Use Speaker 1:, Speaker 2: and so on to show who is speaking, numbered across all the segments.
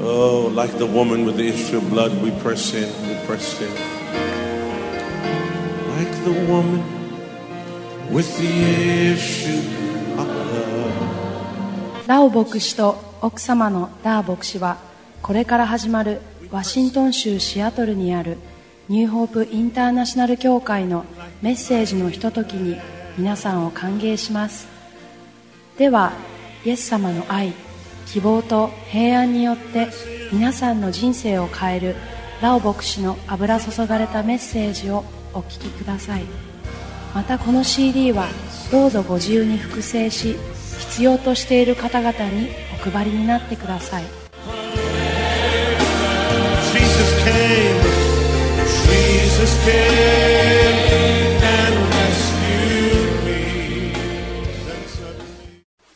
Speaker 1: Oh, like the woman with the issue of blood, we press in, we press in. Like the woman with the issue of blood.
Speaker 2: ラオ牧師と奥様のダー牧師はこれから始まるワシントン州シアトルにあるニューホープインターナショナル協会のメッセージのひとときに皆さんを歓迎しますではイエス様の愛希望と平安によって皆さんの人生を変えるラオ牧師の油注がれたメッセージをお聞きくださいまたこの CD はどうぞご自由に複製し必要としている方々にお配りになってください
Speaker 1: Jesus came, Jesus came and rescued me.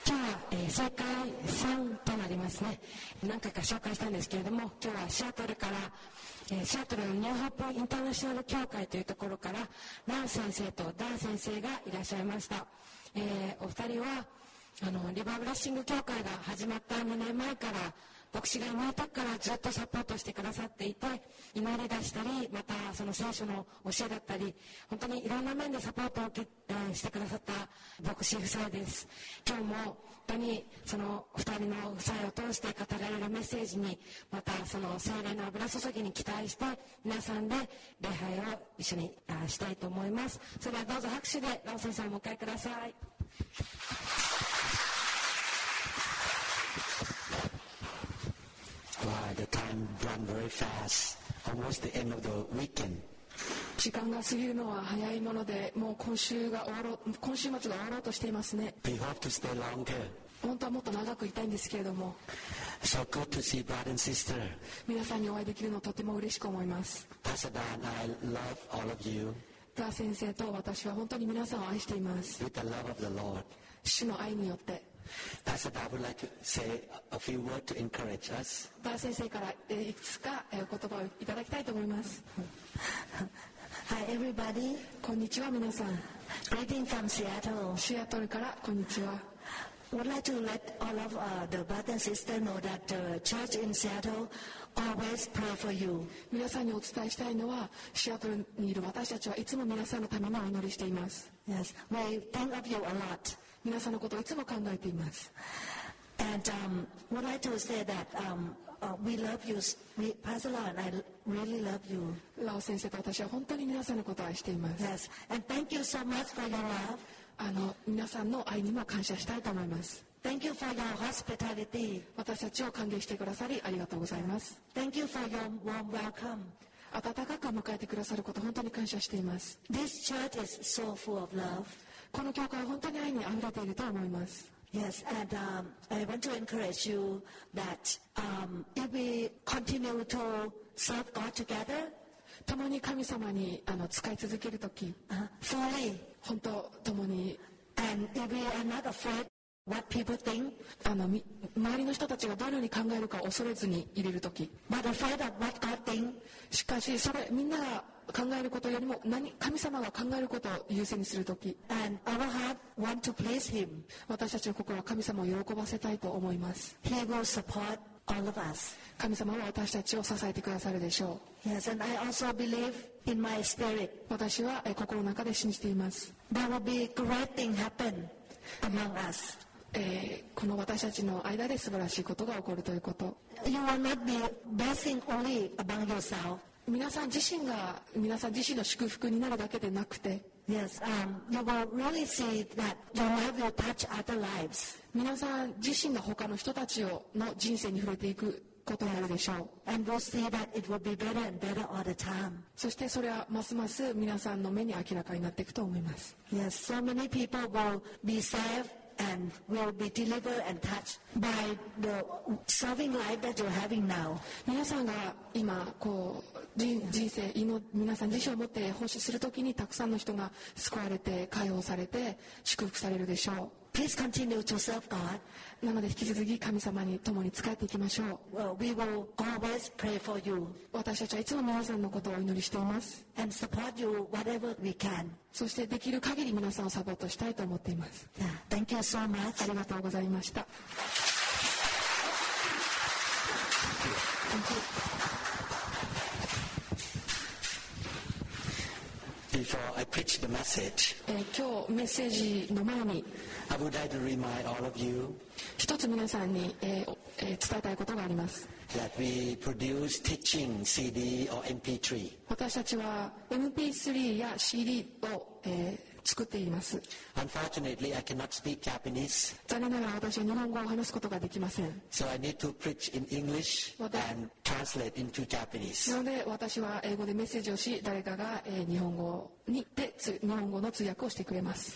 Speaker 3: 今日、えー、総会3となりますね何回か紹介したんですけれども今日はシアトルから、えーシアトルのニューハープインターナショナル協会というところからラウ先生とダー先生がいらっしゃいました、えーお二人はあのリバーブラッシング協会が始まった2年前から牧師がいない時からずっとサポートしてくださっていて祈り出したりまたその聖書の教えだったり本当にいろんな面でサポートを受け、えーしてくださった牧師夫妻です今日も本当にそのお二人の夫妻を通して語られるメッセージにまたその精霊の油注ぎに期待して皆さんで礼拝を一緒にあーしたいと思いますそれではどうぞ拍手でラオ先生をお迎えください
Speaker 4: Wow, the time ran very fast. Almost the end of the weekend.
Speaker 3: 時間が過ぎるのは早いものでもう今週が終わろう今週末が終わろうとしていますね
Speaker 4: We hope to stay longer.
Speaker 3: 本当はもっと長くいたいんですけれども
Speaker 4: So good to see brother and sister.
Speaker 3: 皆さんにお会いできるのとても嬉しく思います
Speaker 4: Pastor Dan, I love all of you
Speaker 3: ダー先生と私は本当に皆さんを愛しています
Speaker 4: with the love of the Lord.
Speaker 3: 主の愛によって
Speaker 4: Pastor Dan would like to say a few words to encourage us.
Speaker 3: ダー先生からえーいくつかえーお言葉をいただきたいと思います
Speaker 5: Hi, everybody.
Speaker 3: こんにちは皆さん
Speaker 5: Greeting from Seattle.
Speaker 3: シアトルからこんにちは
Speaker 5: Would like to let all of uh, the brother and sister know that the church in Seattle always pray for you.
Speaker 3: 皆さんにお伝えしたいのはシアトルにいる私たちはいつも皆さんのためにお祈りしています
Speaker 5: Yes, we think of you a lot.
Speaker 3: 皆さんのことをいつも考えています
Speaker 5: And um, would like to say that um, uh, we love you, we, Pastor Law and I really love you.
Speaker 3: ラオ先生と私は本当に皆さんのことを愛しています
Speaker 5: Yes, and thank you so much for your love.
Speaker 3: あの皆さんの愛にも感謝したいと思います
Speaker 5: Thank you for your hospitality.
Speaker 3: 私たちを歓迎してくださりありがとうございます
Speaker 5: Thank you for your warm welcome.
Speaker 3: 温かく迎えてくださること本当に感謝しています
Speaker 5: This church is so full of love.
Speaker 3: この教会は本当に愛にあふれていると思います
Speaker 5: Yes, and um, I want to encourage you that um, if we continue to serve God together
Speaker 3: 共に神様にあの使い続けるとき
Speaker 5: uh, fully,
Speaker 3: 本当共に
Speaker 5: and if we are not afraid what people think,
Speaker 3: あのみ周りの人たちがどのように考えるかを恐れずに入れるとき
Speaker 5: but afraid of what God thinks,
Speaker 3: しかしそれみんなが考えることよりも何神様が考えることを優先にするとき
Speaker 5: and our heart want to please Him,
Speaker 3: 私たちの心は神様を喜ばせたいと思います
Speaker 5: He will support all of us.
Speaker 3: 神様は私たちを支えてくださるでしょ
Speaker 5: Yes, and I also believe in my spirit
Speaker 3: う私はえ心の中で信じています、
Speaker 5: there will be great things happen among us.
Speaker 3: えーこの私たちの間で素晴らしいことが起こるということ
Speaker 5: You will not be blessing only among yourself.
Speaker 3: 皆さん自身が皆さん自身の祝福になるだけでなくて
Speaker 5: Yes, um, you will really see that your life will touch other lives,
Speaker 3: 皆さん自身が他の人たちをの人生に触れていくことになるでしょう
Speaker 5: and we'll see that it will be better and better all the time.
Speaker 3: そしてそれはますます皆さんの目に明らかになっていくと思います
Speaker 5: Yes, so many people will be saved and will be delivered and touched by the serving life that you're having now.
Speaker 3: 皆さんが今こう人人生祈皆さん自身を持って奉仕するときにたくさんの人が救われて解放されて祝福されるでしょ
Speaker 5: Please continue to serve God.
Speaker 3: うなので引き続き神様に共に仕えていきましょう
Speaker 5: Well, we will always pray for you
Speaker 3: 私たちはいつも皆さんのことをお祈りしています
Speaker 5: and support you whatever we can.
Speaker 3: そしてできる限り皆さんをサポートしたいと思っています
Speaker 5: Yeah, thank you so much.
Speaker 3: ありがとうございました
Speaker 5: Thank you.
Speaker 4: Before I preach the message,
Speaker 3: えー今日メッセージの前に
Speaker 4: I would like to remind all of you
Speaker 3: 一つ皆さんに、えーおえー伝えたいことがあります
Speaker 4: that we produce teaching CD or MP3.
Speaker 3: 私たちは MP3 や CD を、えー作っています
Speaker 4: Unfortunately, I cannot speak Japanese,
Speaker 3: 残念ながら私は日本語を話すことができません
Speaker 4: so I need to preach in English
Speaker 3: Well, that-
Speaker 4: and translate into Japanese.
Speaker 3: なので私は英語でメッセージをし誰かが、えー日本語にでつ日本語の通訳をしてくれます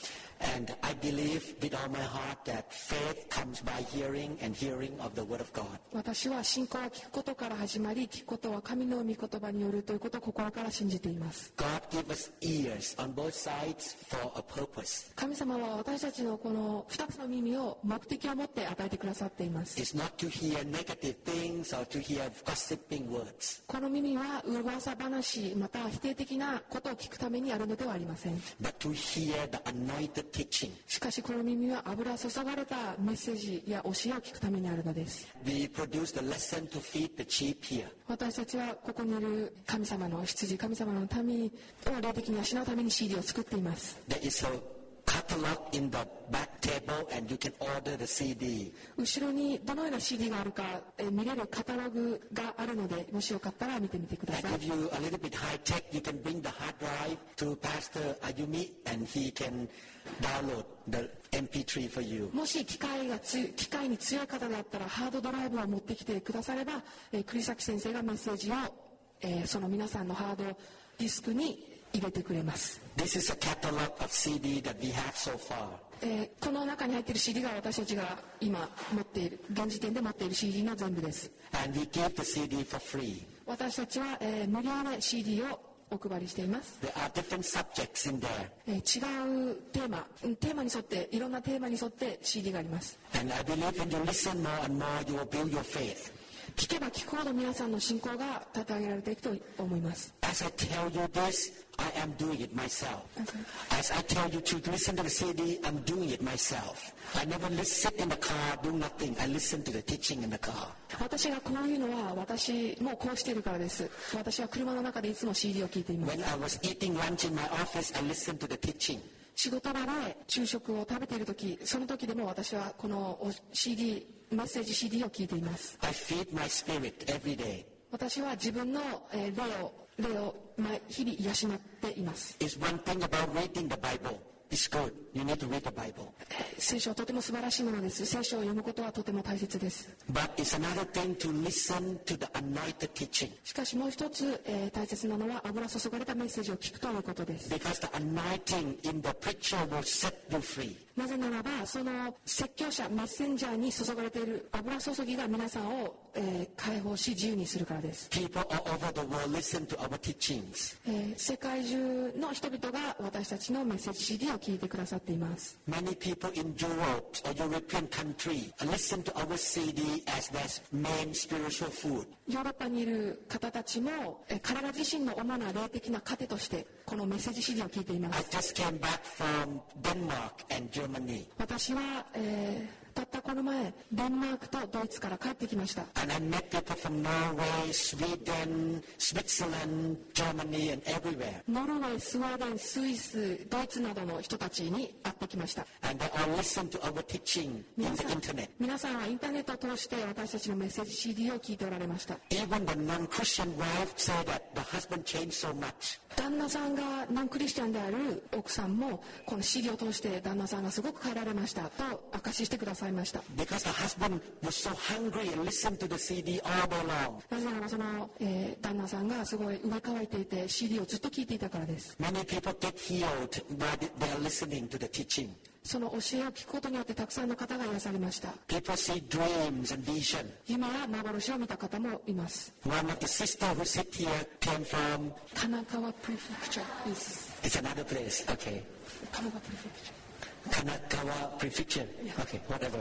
Speaker 4: And I believe with all my heart that faith comes by hearing and hearing of the Word of God.
Speaker 3: 私は信仰は聞くことから始まり聞くことは神の御言葉によるということを心から信じています
Speaker 4: God gave us ears on both sides for a purpose.
Speaker 3: 神様は私たちのこの2つの耳を目的を持って与えてくださっています
Speaker 4: It's not to hear negative things or to hear gossiping words,
Speaker 3: この耳は噂話または否定的なことを聞くためにあるのではありません
Speaker 4: but to hear the anointed teaching.
Speaker 3: しかしこの耳は油注がれたメッセージや教えを聞くためにあるのです
Speaker 4: We produce the lesson to feed the sheep here.
Speaker 3: 私たちはここにいる神様の羊神様の民を霊的に養うために CD を作っています
Speaker 4: There is a catalog in the back table, and you can order the CD.
Speaker 3: 後ろにどのような CD があるかえー見れるカタログがあるのでもしよかったら見てみてくださ
Speaker 4: And
Speaker 3: い
Speaker 4: if you a little bit high tech, you can bring the hard drive to Pastor Ayumi, and he can download the MP3 for you.
Speaker 3: もし機械がつ機械に強い方だったらハードドライブを持ってきてくだされば、えー栗崎先生がメッセージを、えーその皆さんのハードディスクに入れてくれます、
Speaker 4: This is a catalog of CD that we have so far.
Speaker 3: えーこの中に入っている CD が私たちが今持っている現時点で持っている CD の全部です
Speaker 4: And we give the CD for free.
Speaker 3: 私たちは、えー無料で CD をお配りしています、
Speaker 4: There are different subjects in there.
Speaker 3: えー違うテーマうんテーマに沿っていろんなテーマに沿って CD があります
Speaker 4: And I believe when you listen more and more, you will build your faith.
Speaker 3: 聞けば聞くほど皆さんの信仰が立て上げられていくと思います
Speaker 4: As I tell you this, I am doing it myself. As I tell you to listen to the CD, I'm doing it myself. I never lis- sit in the car, do nothing. I listen to the teaching in the car.
Speaker 3: 私がこういうのは私もうこうしているからです私は車の中でいつも CD を聴いています
Speaker 4: When I was eating lunch in my office, I listened to the teaching.
Speaker 3: 仕事場で昼食を食べている時その時でも私はこのお CD メッセージ CD を聴いています
Speaker 4: I feed my spirit every day.
Speaker 3: 私は自分のえー霊を霊をま日々養っています
Speaker 4: It's one thing about reading the Bible. It's good. You need to read the Bible.
Speaker 3: えー聖書はとても素晴らしいものです聖書を読むことはとても大切です
Speaker 4: But it's another thing to listen to the anointed teaching.
Speaker 3: しかしもう一つ、えー大切なのは油注がれたメッセージを聞くということです
Speaker 4: Because the anointing in the preacher will set you free.
Speaker 3: なぜならばその説教者メッセンジャーに注がれている油注ぎが皆さんを、えー解放し自由にするからです、
Speaker 4: People all over the world listen to our teachings.
Speaker 3: えー世界中の人々が私たちのメッセージ CD を聞いてくださっています
Speaker 4: Many people in Europe or European country listen to our CD as their main spiritual food.
Speaker 3: ヨーロッパにいる方たちも、えー彼ら自身の主な霊的な糧としてこのメッセージ CD を聞いていま
Speaker 4: I
Speaker 3: す
Speaker 4: just came back from Denmark and Germany,
Speaker 3: 私は、えーたったこの前デンマークとドイツから帰ってきました
Speaker 4: and I met people from Norway, Sweden, Switzerland, Germany, and everywhere.
Speaker 3: ノルウェースウェーデンスイスドイツなどの人たちに会ってきました
Speaker 4: And they all listen to our teaching in
Speaker 3: 皆さ
Speaker 4: the
Speaker 3: ん
Speaker 4: internet.
Speaker 3: 皆さんはインターネットを通して私たちのメッセージ CD を聞いておられました
Speaker 4: Even the non-Christian wife said that the husband changed so much.
Speaker 3: 旦那さんがノンクリスチャンである奥さんもこの CD を通して旦那さんがすごく変えられましたと証ししてくださいました
Speaker 4: Because the husband was so hungry and listened to the CD all day long.
Speaker 3: なぜならばその、えー旦那さんがすごい上乾いていて CD をずっと聞いていたからです
Speaker 4: Many people get healed by the- their listening to the teaching.
Speaker 3: その教えを聞くことによってたくさんの方が癒されました
Speaker 4: People see dreams and vision.
Speaker 3: 夢や幻を見た方もいます
Speaker 4: One of the sisters who sit here came from,
Speaker 3: 金川プレフェクチャー is
Speaker 4: it's another place, okay.
Speaker 3: 金川プレフェクチャー
Speaker 4: Kanakawa Prefecture. Okay, whatever.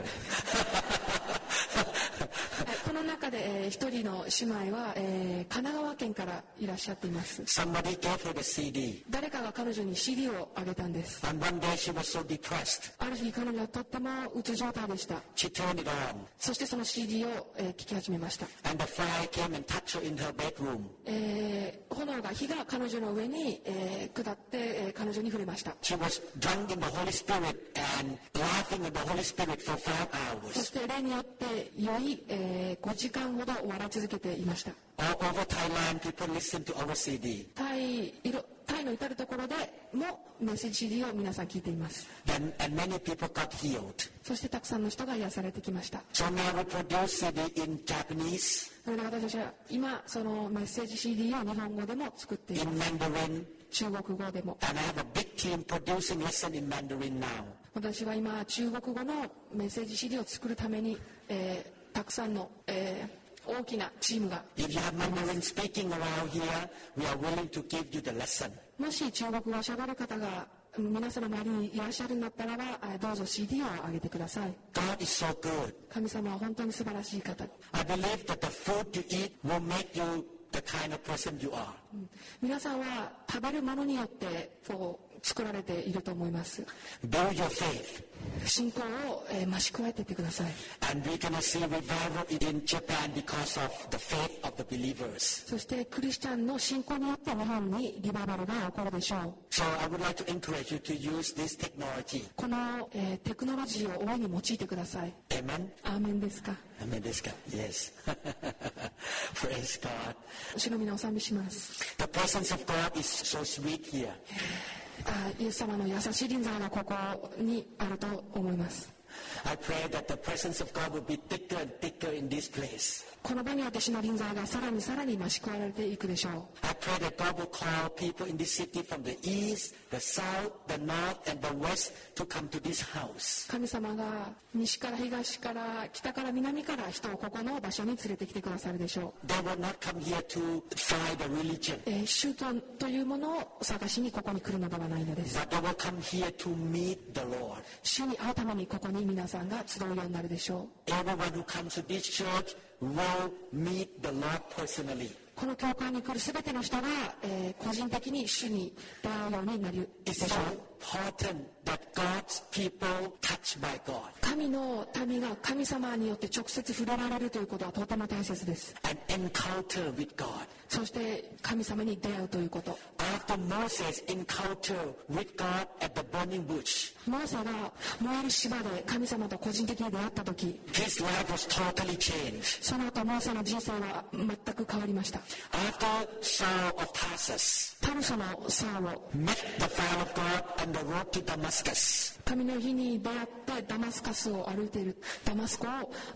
Speaker 3: はいこの中中で、えー一人の姉妹は、えー神奈川県からいらっしゃっています
Speaker 4: Somebody gave her the CD.
Speaker 3: 誰かが彼女に CD をあげたんです
Speaker 4: And one day she was so depressed,
Speaker 3: ある日彼女はとってもうつ状態でした
Speaker 4: she turned it on.
Speaker 3: そしてその CD を、えー聞き始めました、
Speaker 4: And the fire came and touched her in her bedroom.
Speaker 3: えー炎が火が彼女の上に、えー下って、えー彼女に触れました
Speaker 4: She was drunk in the Holy Spirit and laughing at the Holy Spirit for five
Speaker 3: そし
Speaker 4: hours.
Speaker 3: て霊によって酔い、え5時間ほど笑い続けていました
Speaker 4: All over Thailand, people listened to our CD.
Speaker 3: タイいろタイの至るところでもメッセージ CD を皆さん聞いています
Speaker 4: And, and many people got healed.
Speaker 3: そしてたくさんの人が癒されてきました
Speaker 4: So now we produce CD in Japanese,
Speaker 3: それで私たちは今そのメッセージ CD を日本語でも作っています
Speaker 4: in Mandarin,
Speaker 3: 中国語でも
Speaker 4: and I have a big team producing lesson in Mandarin now.
Speaker 3: 私は今中国語のメッセージ CD を作るために、えーたくさんの、えー大きなチームが
Speaker 4: If you have Mandarin speaking around here, we are willing to give you the lesson.
Speaker 3: もし中国語をしゃべる方が皆さんの周りにいらっしゃるんだったらばあどうぞ CD をあげてください
Speaker 4: God is so good.
Speaker 3: 神様は本当に素晴らしい方
Speaker 4: I believe that the food you eat will make you the kind of person you are.
Speaker 3: 皆さんは食べるものによってこう作られていると思います
Speaker 4: Build your faith,
Speaker 3: 信仰を、えー増し加えていってください
Speaker 4: and we're going to see revival in Japan because of the faith of the believers.
Speaker 3: そしてクリスチャンの信仰によって日本にリバイバルが起こるでしょう
Speaker 4: So I would like to encourage you to use this technology.
Speaker 3: この、えーテクノロジーを大いに用いてください
Speaker 4: Amen.
Speaker 3: アーメンですか
Speaker 4: Amen. This guy. Yes. Praise God.
Speaker 3: 主の皆を賛美します
Speaker 4: The presence of God is so sweet here.
Speaker 3: あイエス様の優しい臨在がここにあると思います
Speaker 4: I pray that the presence of God will be thicker and thicker in this place.
Speaker 3: この場に私の臨在がさらにさらに増し加えられていくでしょう
Speaker 4: I pray that God will call people in this city from the east, the south, the north, and the west to come to this house.
Speaker 3: 神様が西から東から北から南から人をここの場所に連れてきてくださるでしょ
Speaker 4: They will not come here to find a religion,
Speaker 3: う、えー宗教というものを探しにここに来るのではないのです
Speaker 4: but they will come here to meet the Lord.
Speaker 3: 主に会うためにここに皆さんが集うようになるでしょう
Speaker 4: Everyone who comes to this church will meet the Lord personally.
Speaker 3: この教会に来る全ての人が、えー個人的に主に出会うようになるで
Speaker 4: It's
Speaker 3: しょ
Speaker 4: so
Speaker 3: う
Speaker 4: important that God's people touched by God
Speaker 3: 神の民が神様によって直接触れられるということはとても大切です
Speaker 4: and encounter with God.
Speaker 3: そして神様に出会うということ
Speaker 4: After Moses encountered with God at the burning bush,
Speaker 3: モーセが燃える芝で神様と個人的に出会った時
Speaker 4: his life was totally changed.
Speaker 3: その後モーセの人生は全く変わりました
Speaker 4: After Saul of Tarsus
Speaker 3: タルソのサウを
Speaker 4: met the fire of God on the road to Damascus,
Speaker 3: 神の日に出会ってダマスカスを歩いているダマスコを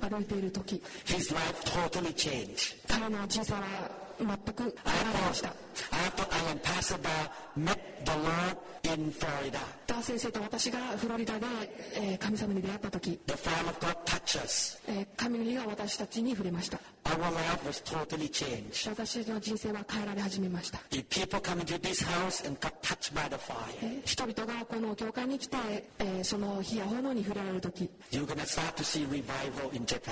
Speaker 3: 歩いている時
Speaker 4: his life totally changed.
Speaker 3: 彼の人生は全く変わりました
Speaker 4: After, after Alan Pasada met the Lord in Florida,
Speaker 3: ダー先生と私がフロリダで、えー神様に出会った時、
Speaker 4: the fire of God touched us.
Speaker 3: えー神の日が私たちに触れました
Speaker 4: Our life was totally changed.
Speaker 3: 私たちの人生は変えられ始めました
Speaker 4: If people come into this house and got touched by the
Speaker 3: え
Speaker 4: fire,
Speaker 3: ー人々がこの教会に来て、えーその火や炎に触れられる時、
Speaker 4: you're going to start to see revival in Japan.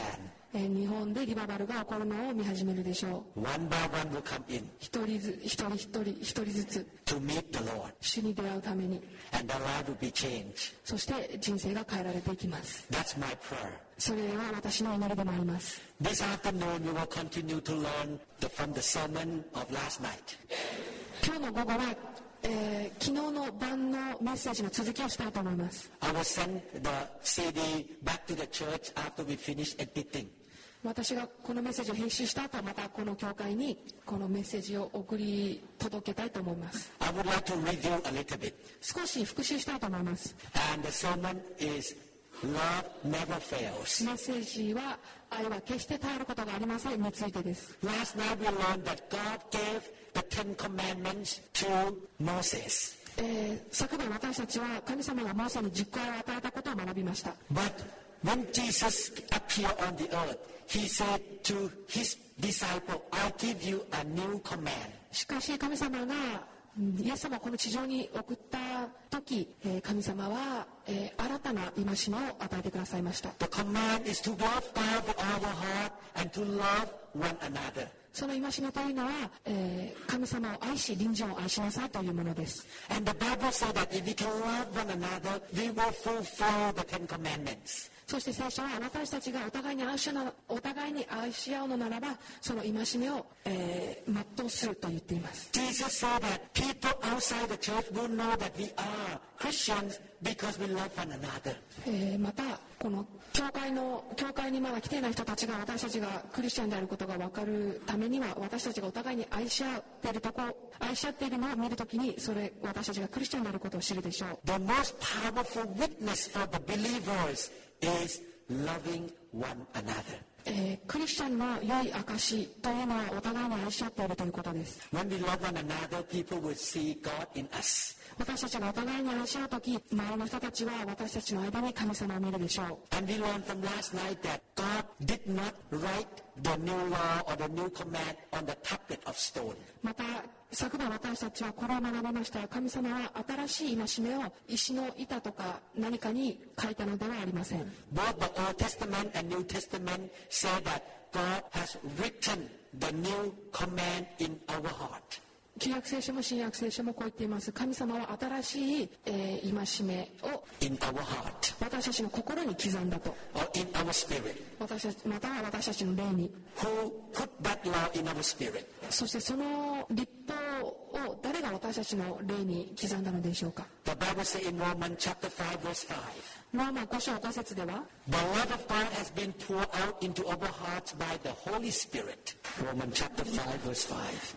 Speaker 3: えー日本でリバイバルが起こるのを見始めるでしょう
Speaker 4: One by one will come in
Speaker 3: 一人ず一人一人一人ずつ
Speaker 4: to meet the Lord,
Speaker 3: 主に出会うために
Speaker 4: and their life will be changed.
Speaker 3: そして人生が変えられていきます
Speaker 4: That's my prayer.
Speaker 3: それは私の祈りでもあります
Speaker 4: This afternoon, you will continue to learn the, from the sermon of last night.
Speaker 3: 今日の午後は、えー昨日の晩のメッセージの続きをしたいと思います
Speaker 4: I will send the CD back to the church after we finish editing.
Speaker 3: 私がこのメッセージを編集した後またこの教会にこのメッセージを送り届けたいと思います
Speaker 4: I would like to review a little bit.
Speaker 3: 少し復習したいと思います
Speaker 4: And the sermon is Love Never Fails.
Speaker 3: メッセージは愛は決して耐えることがありませんについてです
Speaker 4: Last night we learned that God gave the Ten Commandments to Moses.
Speaker 3: えー昨晩私たちは神様がモーセに実行を与えたことを学びました
Speaker 4: But when Jesus appeared on the earth, he said to his disciple, I give you a new command.
Speaker 3: しかし神様がイエス様をこの地上に送ったた時、えー神様は、えー新たな戒めを与えてくださいました
Speaker 4: The command is to love God with all your heart and to love one another.
Speaker 3: その戒めというのは、えー神様を愛し隣人を愛しなさいというものです
Speaker 4: And the Bible says that if we can love one another, we will fulfill the Ten Commandments.
Speaker 3: そして聖書は私たちがお互いに愛し合うなお互いに愛し合うのならばその戒めを、えー全うすると言っています
Speaker 4: Jesus said that people outside the church will know that we are Christians because we love one another.
Speaker 3: えーまたこの教会の教会にまだ来ていない人たちが私たちがクリスチャンであることが分かるためには私たちがお互いに愛し合っているとこ愛し合っているのを見るときにそれ私たちがクリスチャンであることを知るでしょう
Speaker 4: The most powerful witness for the believers is loving one another.
Speaker 3: えークリスチャンの良い証というのはお互いに愛し合っているということです
Speaker 4: When we love one another, people will see God in us.
Speaker 3: 私たちがお互いに愛し合う時周りの人たちは私たちの間に神様を見るでしょう
Speaker 4: And we learned from last night that God did not write the new law or the new command on the tablet of stone.
Speaker 3: また昨晩私たちはこれを学びました神様は新しい戒めを石の板とか何かに書いたのではありません
Speaker 4: Both the Old Testament and New Testament say that God has written the new command in our heart.
Speaker 3: 旧約聖書も新約聖書もこう言っています神様は新しい、えー戒めを
Speaker 4: In our heart
Speaker 3: 私たちの心に刻んだと
Speaker 4: or in our spirit.
Speaker 3: 私たちまたは私たちの霊に
Speaker 4: Who put that law in our spirit?
Speaker 3: そしてその立法を誰が私たちの霊に刻んだのでしょうか
Speaker 4: The Bible says in Romans chapter 5 verse 5.
Speaker 3: ローマ5章5節では
Speaker 4: The love of God has been poured out into our hearts by the Holy Spirit. Romans chapter 5 verse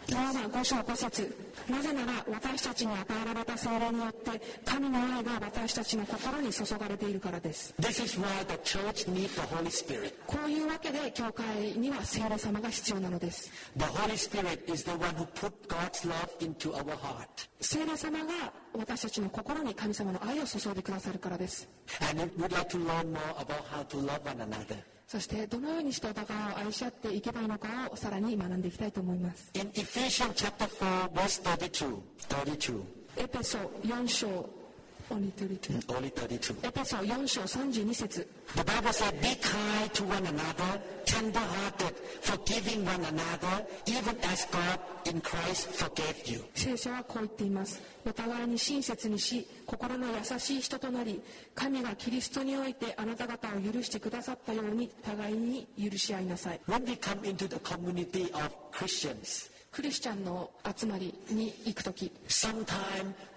Speaker 4: 5.
Speaker 3: ローマ5章5節なぜなら私たちに与えられた聖霊によって神の愛が私たちの心に注がれているからです
Speaker 4: This is why the church needs the Holy Spirit.
Speaker 3: こういうわけで教会には聖霊様が必要なのです
Speaker 4: The Holy Spirit is the one who put God's love into our heart.
Speaker 3: 聖霊様が私たちの心に神様の愛を注いでくださるからです
Speaker 4: And we would like to learn more about how to love one another.
Speaker 3: そしてどのようにしてお互いを愛し合っていけばいいのかをさらに学んでいきたいと思います
Speaker 4: In Ephesians chapter 4, verse 32. 32.
Speaker 3: エペソ4章鬼取り手
Speaker 4: Only 32.
Speaker 3: エペソ4章32節
Speaker 4: The Bible says, Be kind to one another, tender-hearted, forgiving one another, even as God in Christ forgave you.
Speaker 3: 聖書はこう言っていますお互いに親切にし心の優しい人となり神がキリストにおいてあなた方を許してくださったように互いに許し合いなさい
Speaker 4: When we come into the community of Christians,
Speaker 3: クリスチャンの集まりに行く時
Speaker 4: sometimes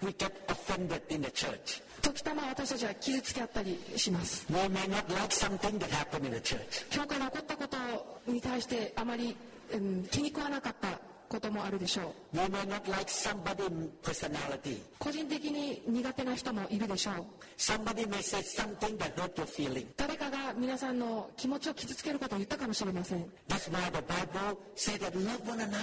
Speaker 4: we get offended in the church.
Speaker 3: 時たま私たちは傷つけ合ったりします
Speaker 4: We may not like something that happened in the church.
Speaker 3: 教会で起こったことに対してあまり、うん気に食わなかったこともあるでしょう
Speaker 4: We may not like somebody's personality.
Speaker 3: 個人的に苦手な人もいるでしょう
Speaker 4: Somebody may say something that hurt your feeling.
Speaker 3: 誰かが皆さんの気持ちを傷つけることを言ったかもしれません
Speaker 4: That's why the Bible says that love one another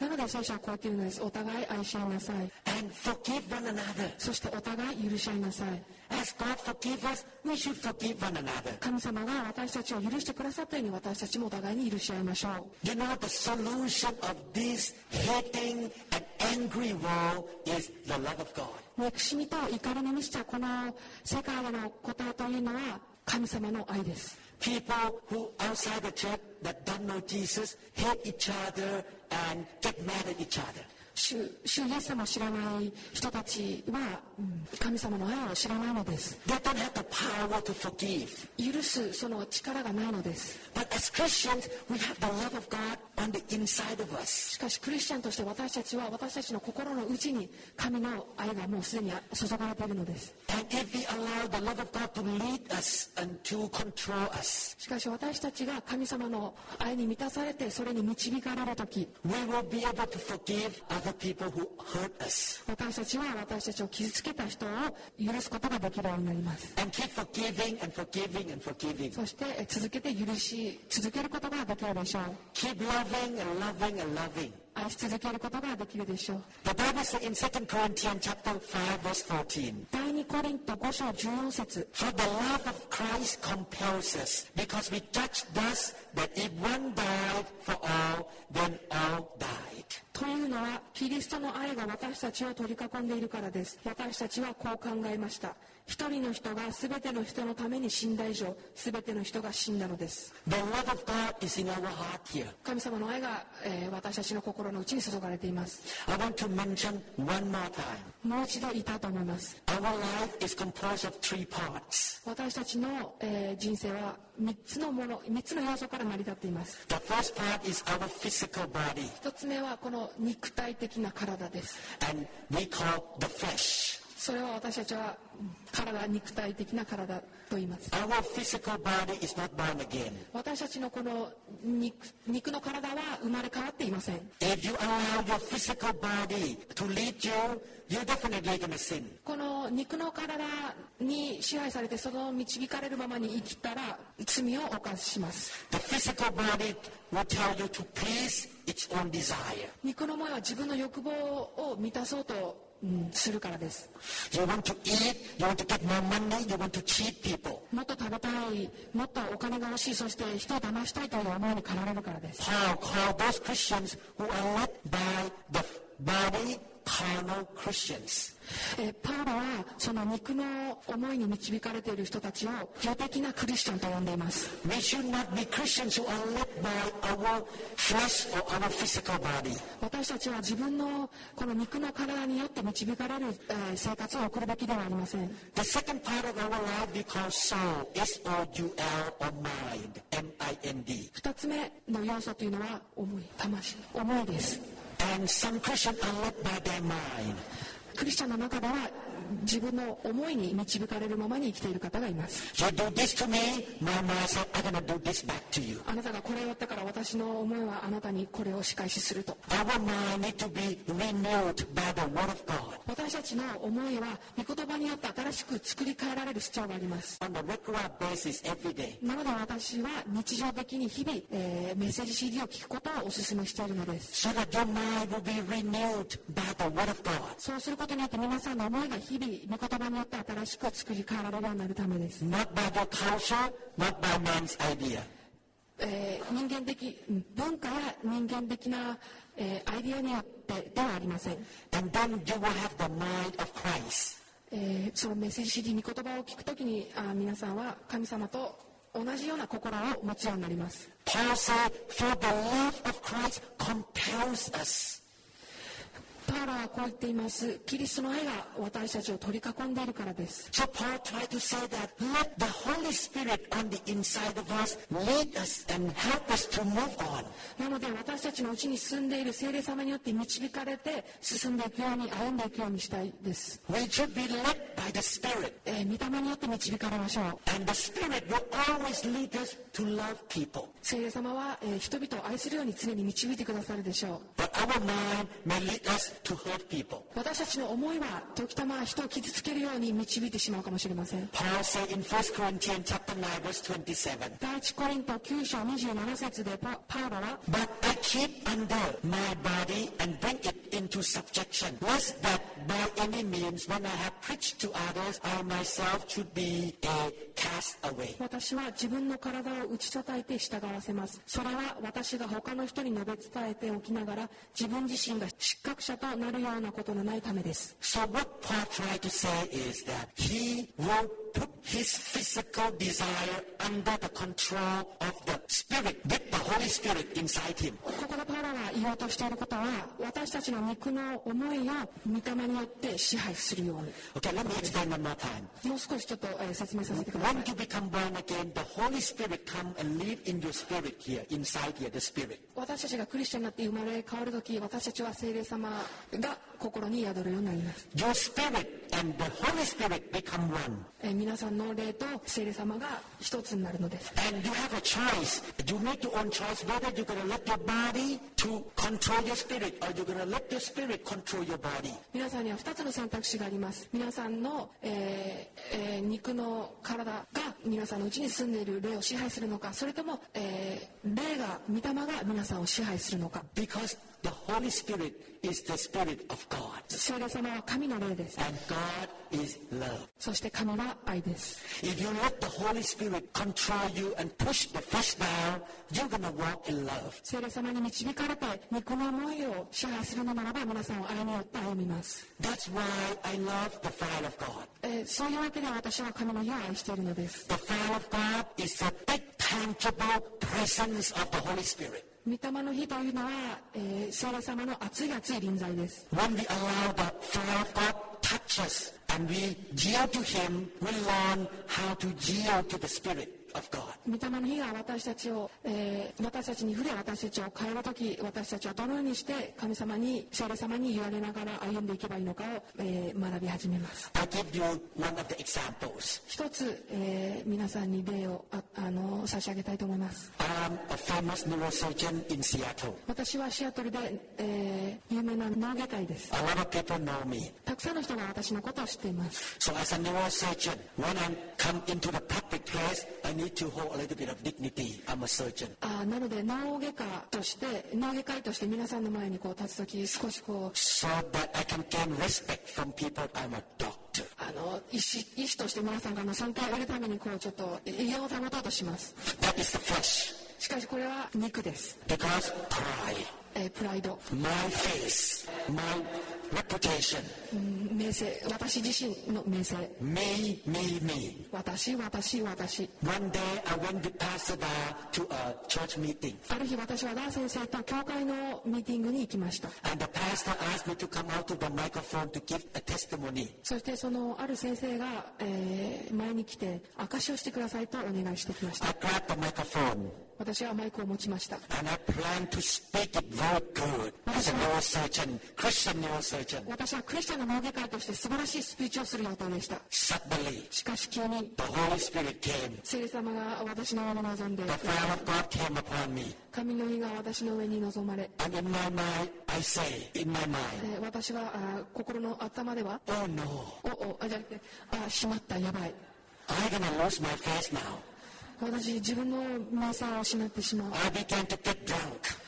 Speaker 3: なので聖書はこう言っているのですお互い愛し合いなさい
Speaker 4: and forgive one another.
Speaker 3: そしてお互い許し合いなさい
Speaker 4: As God forgive us, we should forgive one another.
Speaker 3: 神様が私たちを許してくださったように私たちもお互いに許し合いましょう
Speaker 4: You know, the solution of this hating and angry world is the love of God.
Speaker 3: 憎しみと怒りに満ちたこの世界での答えというのは神様の愛です
Speaker 4: People who outside the church that don't know Jesus hate each other and get mad at each other.
Speaker 3: 主主イエス様を知らない人たちはうん神様の愛を知らないのです
Speaker 4: They don't have the power to forgive.
Speaker 3: 許すその力がないのです
Speaker 4: But as Christians, we have the love of God on the inside of us.
Speaker 3: しかしクリスチャンとして私たちは私たちの心の内に神の愛がもうすでに注がれているのです
Speaker 4: And if we allow the love of God to lead us and to control us,
Speaker 3: しかし私たちが神様の愛に満たされてそれに導かれる時
Speaker 4: we will be able to forgive other people who hurt us
Speaker 3: 私たちは私たちを傷つけた人を許すことができるようになります
Speaker 4: and keep forgiving and forgiving and forgiving.
Speaker 3: そしてえ続けて許し続けることができるでしょう
Speaker 4: Keep loving and loving and loving.
Speaker 3: 愛し続けることができるでしょう
Speaker 4: The Bible says in 2 Corinthians chapter 5 verse 14,
Speaker 3: 第2コリント5章14節
Speaker 4: For the love of Christ compels us, because we judge thus that if one died for all, then all died.
Speaker 3: というのはキリストの愛が私たちを取り囲んでいるからです私たちはこう考えました一人の人が全ての人のために死んだ以上全ての人が死んだのです
Speaker 4: The love of God is in our heart here.
Speaker 3: 神様の愛が、えー私たちの心の内に注がれています
Speaker 4: I want to mention one more time.
Speaker 3: もう一度言いたいと思います
Speaker 4: Our life is composed of three parts.
Speaker 3: 私たちの、えー人生は3つのもの3つの要素から成り立っています
Speaker 4: The first part is our physical body,
Speaker 3: 1つ目はこの肉体的な体です
Speaker 4: and we call the flesh.
Speaker 3: それは私たちはうん体肉体的な体と言います
Speaker 4: Our physical body is not born again.
Speaker 3: 私たちのこの肉肉の体は生まれ変わっていません
Speaker 4: If you allow your physical body to lead you, you're definitely going to sin.
Speaker 3: この肉の体に支配されてその導かれるままに生きたら罪を犯します
Speaker 4: The physical body will tell you to please its own desire.
Speaker 3: 肉の前は自分の欲望を満たそうと、うんするからです
Speaker 4: You want to eat, you want to get more money, you want to cheat people.
Speaker 3: もっと食べたいもっとお金が欲しいそして人を騙したいという思いに駆られるからです
Speaker 4: Paul called those Christians who are led by the body carnal Christians.
Speaker 3: えーパウロはその肉の思いに導かれている人たちを病的なクリスチャンと呼んでいます
Speaker 4: We should not be Christians who are led by our flesh or our physical body.
Speaker 3: 私たちは自分のこの肉の体によって導かれる、えー生活を送るべきではありません
Speaker 4: The second part of our life we call soul, S-O-U-L, or mind, M-I-N-D.
Speaker 3: 2つ目の要素というのは思い魂思いです
Speaker 4: And some Christians are led by their mind.
Speaker 3: クリスチャンの中では自分の思いに導かれるままに生きている方がいます
Speaker 4: You do this to me, my mind said, I'm going to do this back to you.
Speaker 3: あなたがこれをやったから私の思いはあなたにこれを仕返しすると
Speaker 4: Our mind need to be renewed by the Word of God.
Speaker 3: 私たちの思いは御言葉によって新しく作り変えられる必要があります
Speaker 4: On a regular basis, every day.
Speaker 3: なので私は日常的に日々、えーメッセージ CD を聞くことをお勧めしているのです
Speaker 4: So that your mind will be renewed by the Word of God.
Speaker 3: そうすることによって皆さんの思いが日々御言葉によって新しく作り変えられるようになるためです、
Speaker 4: Not by your culture, not by man's idea.
Speaker 3: えー人間的うん文化や人間的な、えーアイディアによってではありません、
Speaker 4: And then you will have the mind of Christ.
Speaker 3: えーそのメッセージ CD 御言葉を聞くときにあー皆さんは神様と同じような心を持つようになります
Speaker 4: Paul said, for the love of Christ compels us.
Speaker 3: パウロはこう言っていますキリストの愛が私たちを取り囲んでいるからです
Speaker 4: So Paul tried to say that let the Holy Spirit on the inside of us lead us and help us to move on.
Speaker 3: なので私たちのうちに進んでいる聖霊様によって導かれて進んでいくように歩んでいくようにしたいです、
Speaker 4: We should be led by the Spirit.
Speaker 3: えー、御霊によって導かれましょう
Speaker 4: And the Spirit will always lead us to love people.
Speaker 3: 聖霊様は、えー人々を愛するように常に導いてくださるでしょう
Speaker 4: But our mind may lead us to hurt people.
Speaker 3: 私たちの思いは時たま人を傷つけるように導いてしまうかもしれません
Speaker 4: Paul said in 1 Corinthians chapter 9 verse 27,
Speaker 3: 第一コリント9章27節でパパウロは
Speaker 4: But I keep under my body and bring it into subjection, lest that by any means when I have preached to others, I myself should be a castaway.
Speaker 3: 私は自分の体を打ち叩いて従わせますそれは私が他の人に述べ伝えておきながら自分自身が失格者となるようなことのないためです
Speaker 4: So what Paul tried to say is that he will put his physical desire under the control of the Spirit, with the Holy Spirit inside him.
Speaker 3: ここでパウロが言おうとしていることは私たちの肉の思いを御霊によって支配するように
Speaker 4: Okay, let me explain one more time.
Speaker 3: もう少しちょっと、えー説明させてください
Speaker 4: When you become born again, the Holy Spirit come and live in your spirit here, inside here, the Spirit.
Speaker 3: 私たちがクリスチャンになって生まれ変わるとき私たちは聖霊様が心に宿るようになります、
Speaker 4: Your spirit and the Holy Spirit become one.
Speaker 3: えー皆さんの霊と聖霊様が一つになるのです
Speaker 4: And you have a choice. You make your own choice whether you're going to let your body to control your spirit or you're going to let your spirit control your body.
Speaker 3: 皆さんには2つの選択肢があります皆さんの、えーえー肉の体が皆さんのうちに住んでいる霊を支配するのかそれとも、えー霊が御霊が皆さんを支配するのか
Speaker 4: Because the Holy Spirit is the Spirit of God. です。
Speaker 3: 聖霊様は神の霊です
Speaker 4: And God is love.
Speaker 3: そして神は愛です
Speaker 4: If you let the Holy Spirit control you and push the flesh down, you're going to walk in love.
Speaker 3: 聖霊様に導かれて肉の思いを支配するのならば皆さんを愛によって歩みます、
Speaker 4: That's why I love the fire of God.
Speaker 3: えーそういうわけで私は神の家を愛しているのです
Speaker 4: The fire of God is the big, tangible presence of the Holy Spirit.
Speaker 3: 御霊の日というのは、えー聖霊様の熱い熱い臨在です
Speaker 4: When we allow the fire of God touch us and we yield to Him, we learn how to yield to the Spirit of God.
Speaker 3: 御霊の火が私たちを、えー私たちに触れ私たちを変える時私たちはどのようにして神様に聖霊様に言われながら歩んでいけばいいのかを、えー学び始めます
Speaker 4: I give you one of the examples.
Speaker 3: 一つ、えー皆さんに例をああの差し上げたいと思います
Speaker 4: I'm a famous neurosurgeon in Seattle.
Speaker 3: 私はシアトルで、えー有名な脳外科医です
Speaker 4: A lot of people know me.
Speaker 3: たくさんの人が私のことを知っています
Speaker 4: So as a neurosurgeon, when I come into the public place, I need to hold a little bit of dignity. I'm a surgeon.
Speaker 3: あーなので脳外科として脳外科医として皆さんの前にこう立つ時少しこう
Speaker 4: So that I can gain respect from people, I'm a doctor.
Speaker 3: あの医師医師として皆さんがあの尊敬を得るためにこうちょっと威厳を保とうとします
Speaker 4: That is the flesh.
Speaker 3: しかしこれは肉です、
Speaker 4: Because pride,
Speaker 3: えープライド
Speaker 4: my face, my reputation,
Speaker 3: うん名声私自身の名声
Speaker 4: me, me, me.
Speaker 3: 私私私
Speaker 4: One day I went with Pastor Da to a church meeting.
Speaker 3: ある日私はダー先生と教会のミーティングに行きました
Speaker 4: And the pastor asked me to come out to the microphone to give a testimony.
Speaker 3: そしてそのある先生が、えー前に来て証しをしてくださいとお願いしてきました
Speaker 4: I grabbed the microphone
Speaker 3: 私はマイクを持ちました
Speaker 4: and I planned to speak it very good as a neurosurgeon, Christian neurosurgeon.
Speaker 3: 私はクリスチャンの農業会として素晴らしいスピーチをする予定でした
Speaker 4: Suddenly,
Speaker 3: しかし急に
Speaker 4: the Holy Spirit came.
Speaker 3: 聖霊様が私の上に臨んで
Speaker 4: The fire of God came upon me.
Speaker 3: 神の日が私の上に臨まれ、
Speaker 4: And in my mind, I say, in my
Speaker 3: え
Speaker 4: mind,
Speaker 3: ー私はあー心の頭では
Speaker 4: oh no,
Speaker 3: おおあじゃなくてあしまったやばい
Speaker 4: I'm going to lose my face now.
Speaker 3: 私自分の名声を失ってしまう
Speaker 4: I began to get drunk.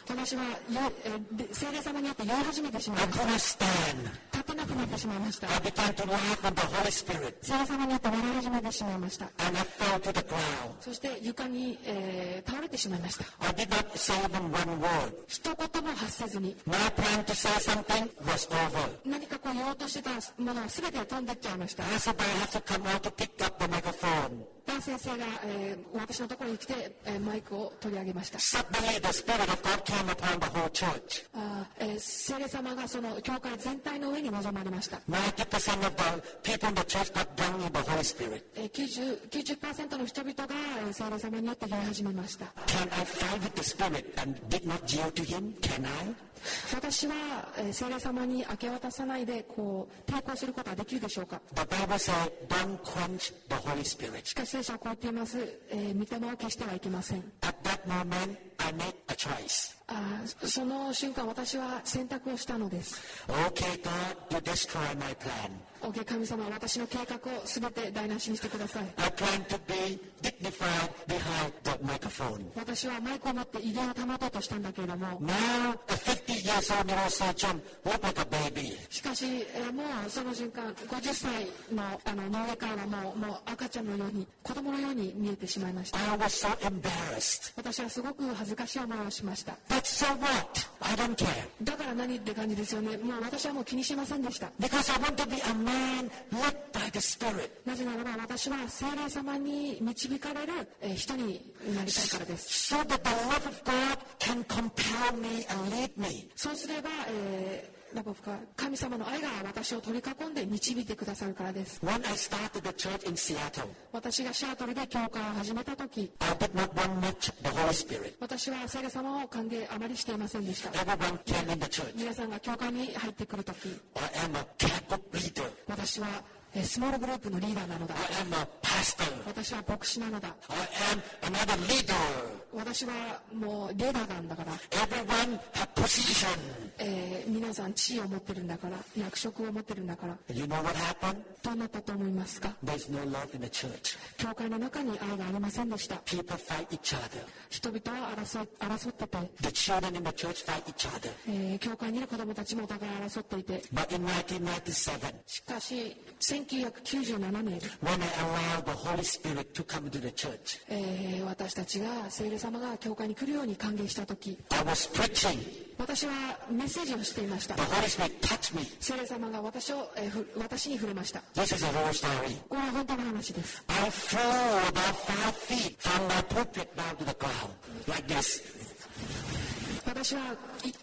Speaker 3: 私は酔いえーで聖霊様にあって酔い始めてしま
Speaker 4: I
Speaker 3: いました
Speaker 4: couldn't stand.
Speaker 3: 立てなくなってしまいました
Speaker 4: I began to laugh at the Holy Spirit.
Speaker 3: 聖霊様にあって笑い始めてしまいました
Speaker 4: And I fell to the ground.
Speaker 3: そして床に、えー倒れてしまいました
Speaker 4: I did not say even one word.
Speaker 3: 一言も発せずに
Speaker 4: My plan to say something was over.
Speaker 3: 何かこう言おうとしてたものを全て飛んでっちゃいました
Speaker 4: I said I Ah, have to come out to pick up the microphone.
Speaker 3: ダン先生が、えー私のところに来て、えーマイクを取り上げました
Speaker 4: Suddenly the Spirit of God came upon the whole church.
Speaker 3: あー、えー聖霊様がその教会全体の上に臨まれました
Speaker 4: 90% of the people in the church got drunk with the Holy Spirit.
Speaker 3: えー 90%, 90の人々がえー聖霊様によって酔い始めました
Speaker 4: Can I fight with the Spirit and did not yield to Him? Can I?
Speaker 3: 私はえー聖霊様に明け渡さないでこう抵抗することはできるでしょうか
Speaker 4: The Bible says, don't quench the Holy Spirit.
Speaker 3: しかし聖書はこう言っています、えー、御霊を消してはいけません
Speaker 4: At that moment, I made a choice.
Speaker 3: あーそその瞬間私は選択をしたのです
Speaker 4: Okay, God, you destroy my plan.
Speaker 3: OK 神様私の計画を全て台無しにしてください
Speaker 4: I plan to be dignified behind the microphone.
Speaker 3: 私はマイクを持って威厳を保とうとしたんだけれども
Speaker 4: Now, a 50 years old neurosurgeon looked like a baby.
Speaker 3: しかし、えーもうその瞬間50歳のあの農家会はもうもう赤ちゃんのように子供のように見えてしまいました
Speaker 4: I was so embarrassed.
Speaker 3: 私はすごく恥ずかしい思いをしました
Speaker 4: But so what? I don't care.
Speaker 3: だから何って感じですよねもう私はもう気にしませんでした
Speaker 4: Because I want to be a man led by the Spirit.
Speaker 3: なぜならば私は聖霊様に導かれるえー人になりたいからです
Speaker 4: So that the love of God can compel me and lead me.
Speaker 3: そうすれば、えーラボフか神様の愛が私を取り囲んで導いてくださるからです
Speaker 4: When I started the church in Seattle,
Speaker 3: 私がシアトルで教会を始めた時
Speaker 4: I did not want much the Holy Spirit.
Speaker 3: 私は聖霊様を歓迎あまりしていませんでした
Speaker 4: Everyone came in the church.
Speaker 3: 皆さんが教会に入ってくるとき
Speaker 4: I am a Catholic leader.
Speaker 3: 私はえースモールグループのリーダーなのだ
Speaker 4: I am a pastor.
Speaker 3: 私は牧師なのだ
Speaker 4: I am another leader.
Speaker 3: 私はもうリーダーなんだから、
Speaker 4: Everyone have position.
Speaker 3: えー皆さん地位を持ってるんだから役職を持ってるんだから
Speaker 4: You know what happened?
Speaker 3: どうなったと思いますか
Speaker 4: There's no love in the church.
Speaker 3: 教会の中に愛がありませんでした
Speaker 4: People fight each other.
Speaker 3: 人々は争い争ってて、
Speaker 4: The children in the church fight each other.
Speaker 3: えー教会にいる子供たちもお互い争っていて
Speaker 4: But in 1997,
Speaker 3: しかし1997年、
Speaker 4: when I allowed the Holy Spirit to come into the church,
Speaker 3: えー私たちが聖霊様が教会に来るように歓迎した時
Speaker 4: I was preaching.
Speaker 3: 私はメッセージをしていました
Speaker 4: The Holy Spirit touched me.
Speaker 3: 聖霊様が私を、えーふ私に触れました
Speaker 4: This is a real story.
Speaker 3: これは本当の話です
Speaker 4: I fell about five feet from my pulpit down to the ground, like this.
Speaker 3: 私は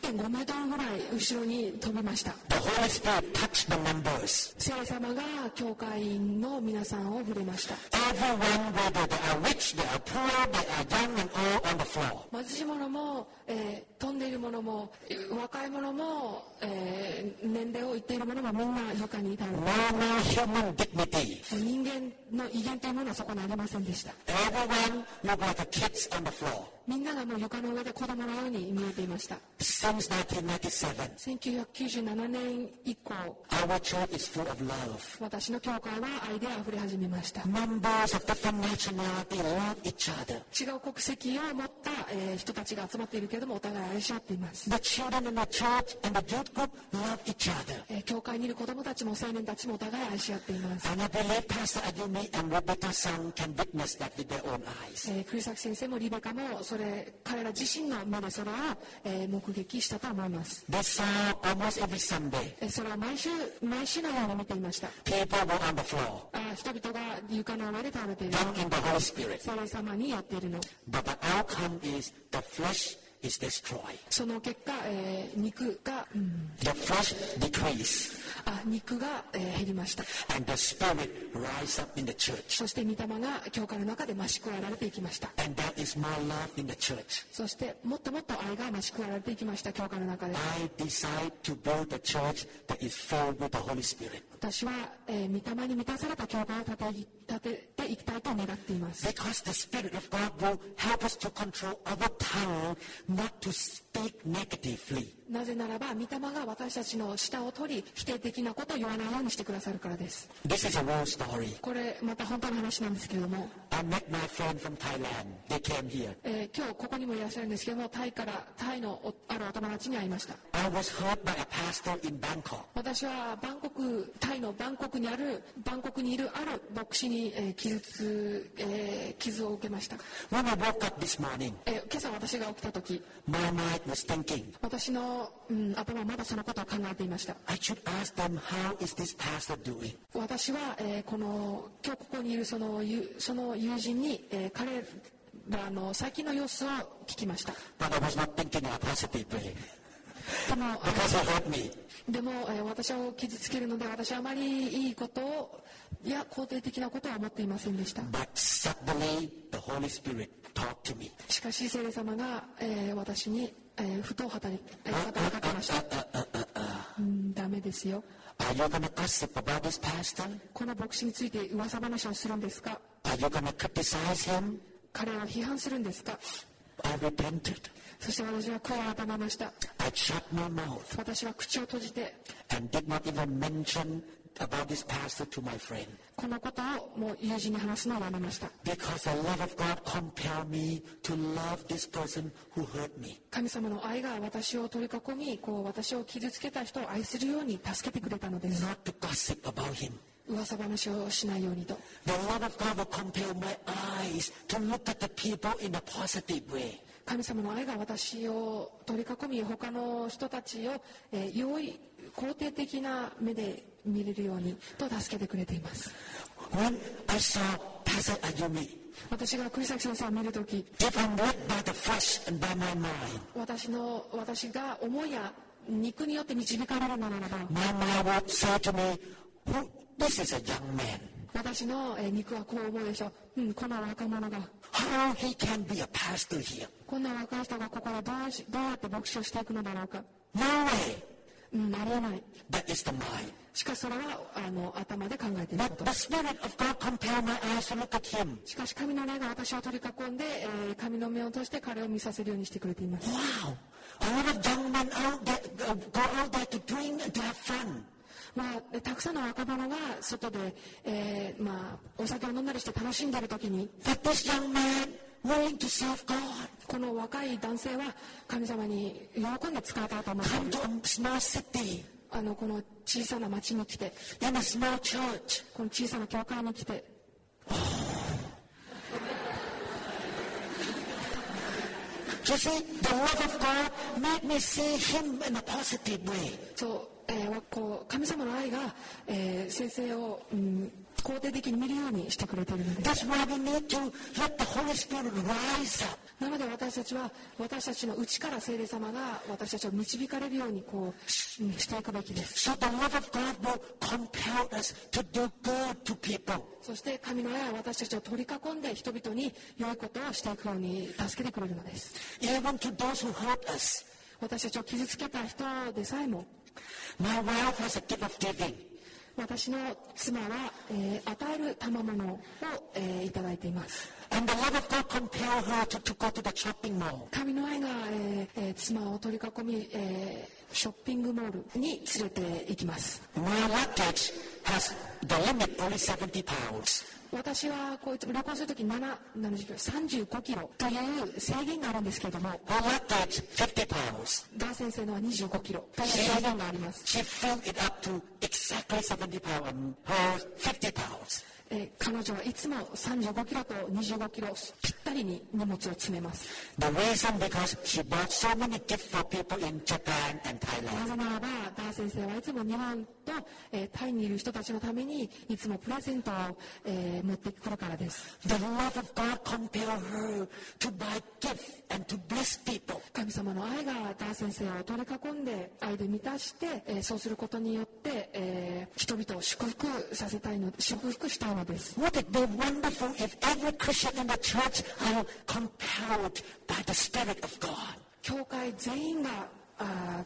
Speaker 3: 1.5メートルぐらい後ろに飛びました
Speaker 4: The Holy Spirit touched the members.
Speaker 3: 聖霊様が教会員の皆さんを触れました
Speaker 4: Everyone, whether they are rich, they are poor, they are young and old, on the floor.
Speaker 3: 貧しい者も、えー飛んでいる者もえー若い者も、えー年齢を言っている者もみんな床にいたの
Speaker 4: No more human dignity.
Speaker 3: 人間の威厳というものはそこにありませんでした
Speaker 4: Everyone looked like a kids on the floor.
Speaker 3: みんながもう床の上で子供のように見えていました
Speaker 4: Since 1997,
Speaker 3: 1997年以降
Speaker 4: our church is full of love.
Speaker 3: 私の教会は愛で溢れ始めました
Speaker 4: Members of different nationality love each other.
Speaker 3: 違う国籍を持った、えー人たちが集まっているけれどもお互い愛し合っています、
Speaker 4: The children in the church and the youth group love each other.
Speaker 3: えー教会にいる子供たちも青年たちもお互い愛し合っています、
Speaker 4: And I believe Pastor Ayumi and Rebecca Sang can witness that with their own eyes.
Speaker 3: えー栗崎先生もリベカもそれ彼ら自身の目でそれを、えー目撃したと思います、
Speaker 4: They saw almost every Sunday
Speaker 3: えーそれを毎週毎週のように見ていました
Speaker 4: people were on the floor,
Speaker 3: あー人々が床の上で食べている
Speaker 4: young in the Holy Spirit.
Speaker 3: 聖霊様にやっているの
Speaker 4: But the outcome is the flesh is destroyed.
Speaker 3: その結果、えー肉が、うん、
Speaker 4: The flesh decrease
Speaker 3: あ肉が、えー減りました
Speaker 4: and the spirit rise up in the church.
Speaker 3: そして御霊が教会の中で増し加えられていきました
Speaker 4: And there is more love in the church.
Speaker 3: そしてもっともっと愛が増し加えられていきました教会の中で
Speaker 4: I decide to build a church that is filled with the Holy Spirit.
Speaker 3: 私は、えー、御霊に満たされた教会を立て立てていきたいと願っています
Speaker 4: Because the Spirit of God will help us to control our tongue not to speak negatively.
Speaker 3: なぜならば御霊が私たちの舌を取り否定的なことを言わないようにしてくださるからです
Speaker 4: This is a real story.
Speaker 3: これまた本当の話なんですけれども、
Speaker 4: I met my friend from Thailand. They came here.
Speaker 3: えー今日ここにもいらっしゃるんですけどもタイからタイのおあるお友達に会いました
Speaker 4: I was hurt by a pastor in Bangkok.
Speaker 3: 私はバンコクタイのバンコクにあるバンコクにいるある牧師に、えー傷つ、えー傷を受けました、
Speaker 4: When I woke up this morning,
Speaker 3: えー今朝私が起きた時
Speaker 4: my mind was thinking,
Speaker 3: 私の、うん、頭はまだそのことを考えていました
Speaker 4: I should ask them, how is this pastor doing?
Speaker 3: 私は、えーこの今日ここにいるそのゆその友人に、えー彼らの最近の様子を聞きました
Speaker 4: But I was not thinking in a positive way
Speaker 3: でもあ
Speaker 4: because he hurt me.
Speaker 3: でも、えー私を傷つけるので私はあまりいいことをいや肯定的なことは思っていませんでした
Speaker 4: But suddenly, the Holy Spirit talked to me.
Speaker 3: しかし聖霊様が、えー私に、えーふと働きえー働きかけましたうんダメですよ
Speaker 4: Are you going to gossip about this pastor?
Speaker 3: この牧師について噂話をするんですか
Speaker 4: Are you going to criticize him?
Speaker 3: 彼を批判するんですか
Speaker 4: I repented.
Speaker 3: そして私は悔い改めました
Speaker 4: I shut my mouth
Speaker 3: 私は口を閉じて
Speaker 4: and did not even mention about this pastor to my friend
Speaker 3: このことをもう友人に話すのをやめました
Speaker 4: because the love of God compelled me to love this person who hurt me.
Speaker 3: 神様の愛が私を取り囲みこう私を傷つけた人を愛するように助けてくれたのです
Speaker 4: Not to gossip about him.
Speaker 3: 噂話をしないようにと
Speaker 4: The love of God will compel my eyes to look at the people in a positive way.
Speaker 3: 神様の愛が私を取り囲み他の人たちを、えー容易肯定的な目で見れるようにと助けてくれています
Speaker 4: When I saw Pastor Ayumi,
Speaker 3: 私が栗崎先生を見るとき
Speaker 4: if I'm led by the flesh and by my mind,
Speaker 3: 私の私が思いや肉によって導かれるのならば
Speaker 4: my mind will say to me, "Who- this is a young man.
Speaker 3: 私のえー肉はこう思うでしょう、うん、この若者が
Speaker 4: How he can be a pastor here?
Speaker 3: こんな若い人がここでどうしどうやって牧師をしていくのだろうか
Speaker 4: No way.
Speaker 3: うんありえない
Speaker 4: That is the mind.
Speaker 3: しかしそれはあの頭で考えているこ
Speaker 4: But
Speaker 3: と
Speaker 4: the Spirit of God compelled my eyes to look at Him.
Speaker 3: しかし神の霊が私を取り囲んで、えー神の目を通して彼を見させるようにしてくれています
Speaker 4: Wow. A lot of young men out there uh, go out there to drink and to have fun.
Speaker 3: まあ、でたくさんの若者が外で、えーまあ、お酒を飲んだりして楽しんでいる時に
Speaker 4: But this young man willing to serve God
Speaker 3: この若い男性は神様に喜んで使えたいと思ってい
Speaker 4: come
Speaker 3: る
Speaker 4: to a small city
Speaker 3: あのこの小さな町に来て
Speaker 4: in a small church.
Speaker 3: この小さな教会に来て
Speaker 4: You see, the love of God made me see Him in a positive way.
Speaker 3: そう、えーわこう神様の愛が、えー先生を、うん、肯定的に見るようにしてくれているので
Speaker 4: That's why we need to let the Holy Spirit rise up.
Speaker 3: なので私たちは私たちの内から聖霊様が私たちを導かれるようにこう、うんしていくべきです
Speaker 4: So the love of God will compel us to do good to people.
Speaker 3: そして神の愛は私たちを取り囲んで人々に良いことをしていくように助けてくれるのです
Speaker 4: Even to those who hurt us.
Speaker 3: 私たちを傷つけた人でさえも
Speaker 4: My wife has a gift of giving.
Speaker 3: 私の妻は、えー与える賜物を、えーいただいています
Speaker 4: And the love of God compelled her to, to go to the shopping mall.
Speaker 3: 神の愛が、えーえー妻を取り囲み、えーショッピングモールに連れて行きます
Speaker 4: My luggage has the limit only 70 pounds.
Speaker 3: 私はこういつも旅行するとき7 70キロ35キロという制限があるんですけれども
Speaker 4: Her luggage, 50 pounds.
Speaker 3: ダー先生のは25キロという制限があります、
Speaker 4: She filled it up to exactly 70 pounds and her 50 pounds.
Speaker 3: えー彼女はいつも35キロと25キロぴったりに荷物を詰めます
Speaker 4: The reason because she bought so many gifts for people in Japan and
Speaker 3: な
Speaker 4: Thailand.
Speaker 3: ぜならばダー先生はいつも日本と、えータイにいる人たちのためにいつもプレゼントを、えー持ってくるからです
Speaker 4: The love of God compelled her to buy gifts and to bless people.
Speaker 3: 神様の愛がダー先生を取り囲んで愛で満たして、えーそうすることによって、えー人々を祝福させたいの祝福したいのです
Speaker 4: Would it be wonderful if every Christian in the church are compelled by the Spirit of God?
Speaker 3: 教会全員があ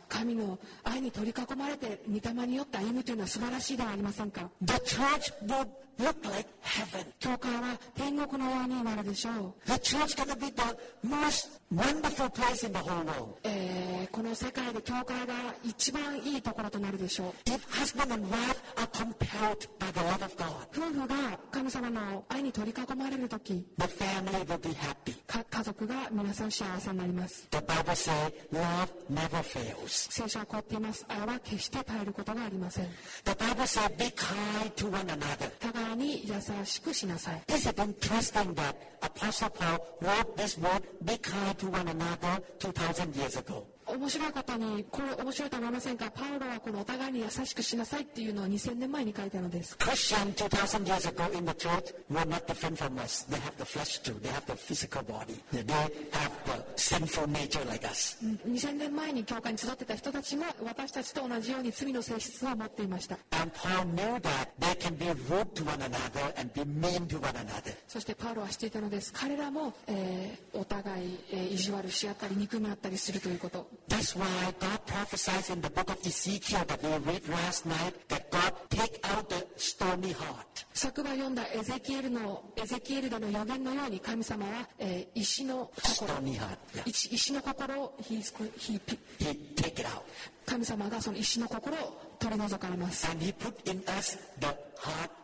Speaker 3: ー神の愛に取り囲まれて御霊によって歩むというのは素晴らしいではありませんか
Speaker 4: The church will look like heaven.
Speaker 3: 教会は天国のようになるでしょう、
Speaker 4: The church gonna be the most wonderful place in the whole world.
Speaker 3: えーこの世界で教会が一番いいところとなるでしょう
Speaker 4: If husband and wife are compelled by the love of God,
Speaker 3: 夫婦が神様の愛に取り囲まれる時
Speaker 4: the family will be happy.
Speaker 3: か家族が皆さん幸せになります
Speaker 4: The Bible says love never fails.
Speaker 3: 聖書はこう言っています愛は決して耐えることがありません
Speaker 4: The Bible says be kind to one another.
Speaker 3: 互いに優しくしなさい
Speaker 4: Is it interesting that Apostle Paul wrote this word, be kind to one another, 2,000 years ago?
Speaker 3: 面白いことにこれ面白いと思いませんかパウロはこのお互いに優しくしなさいっていうのを2000年前に書いたのです
Speaker 4: Christians 2,000 years ago in the church were not different from us. They have the flesh too. They have the physical body. They have the sinful nature like us.
Speaker 3: 2000年前に教会に集ってた人たちも私たちと同じように罪の性質を持っていました
Speaker 4: And Paul knew that they can be rude to one another and be mean to one another.
Speaker 3: そしてパウロは知っていたのです彼らも、えーお互い、えー意地悪し合ったり憎み合ったりするということ
Speaker 4: That's why God prophesies in the book of Ezekiel that we read last night that God take out the stony heart.
Speaker 3: 昨晩読んだエゼキエルのエゼキエルでの予言のように神様は、えー石の心
Speaker 4: Stony heart. Yeah.
Speaker 3: 石石の心を he is going- he pi-
Speaker 4: He take it out.
Speaker 3: 神様がその石の心を取り除かれます
Speaker 4: And he put in us the heart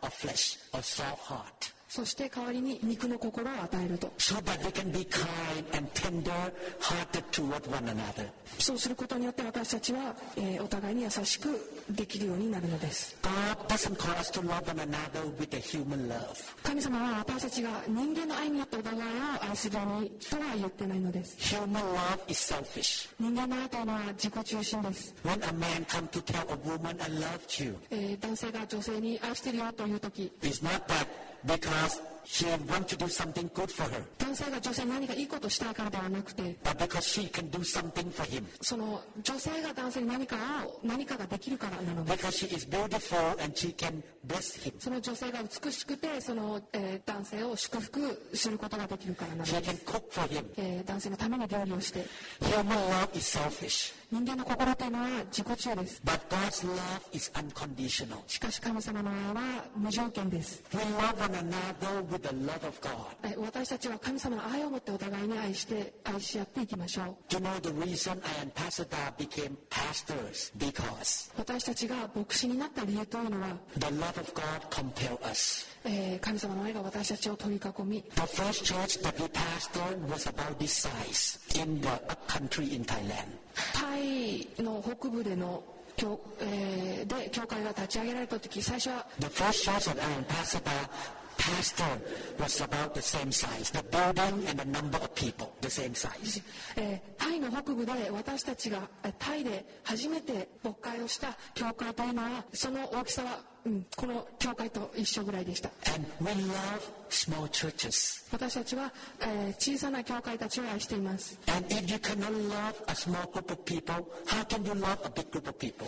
Speaker 4: of flesh, a soft heart.
Speaker 3: そして代わりに肉の心を与えると
Speaker 4: so that we can be kind and tender hearted toward one another.
Speaker 3: そうすることによって私たちは、えーお互いに優しくできるようになるのです
Speaker 4: God doesn't call us to love one another with a human love.
Speaker 3: 神様は私たちが人間の愛によってお互いを愛するようにとは言ってないのです
Speaker 4: Human love is selfish.
Speaker 3: 人間の愛というのは自己中心です、
Speaker 4: When a man comes to tell a woman, I love you,
Speaker 3: えー男性が女性に愛してるよという時
Speaker 4: it's not that because She wants to do something good for her,
Speaker 3: 男性が女性に何かいいことしたいからではなくて
Speaker 4: but because she can do something for him,
Speaker 3: その女性が男性に何かを何かができるからなのです
Speaker 4: because she is beautiful and she can bless him.
Speaker 3: その女性が美しくてその、えー男性を祝福することができるからなの
Speaker 4: She
Speaker 3: で
Speaker 4: can
Speaker 3: す、
Speaker 4: cook for him.
Speaker 3: えー男性のために料理をして
Speaker 4: Human love is selfish,
Speaker 3: 人間の心というのは自己中です
Speaker 4: but God's love is unconditional.
Speaker 3: しかし神様の愛は無条件です、
Speaker 4: We love one another with the love of God.
Speaker 3: えー私たちは神様の愛を持ってお互いに愛して愛し合っていきましょう
Speaker 4: Do you know the reason I and Pastor Da became pastors? Because
Speaker 3: 私たちが牧師になった理由というのは、
Speaker 4: the love of God compelled us.
Speaker 3: えー神様の愛が私たちを取り囲み
Speaker 4: The first church that we pastored was about this size in the upcountry in Thailand.
Speaker 3: タイの北部での教、えーで教会が立ち上げられた時最初は
Speaker 4: The first church that I and Pastor Da pastored was about the same size. The building and the number of people, the same size.
Speaker 3: えータイの北部で私たちがえータイで初めて牧会をした教会というのはその大きさは、うん、この教会と一緒ぐらいでした
Speaker 4: And we love small churches.
Speaker 3: 私たちは、えー小さな教会たちを愛しています
Speaker 4: And if you cannot love a small group of people, how can you love a big group of people?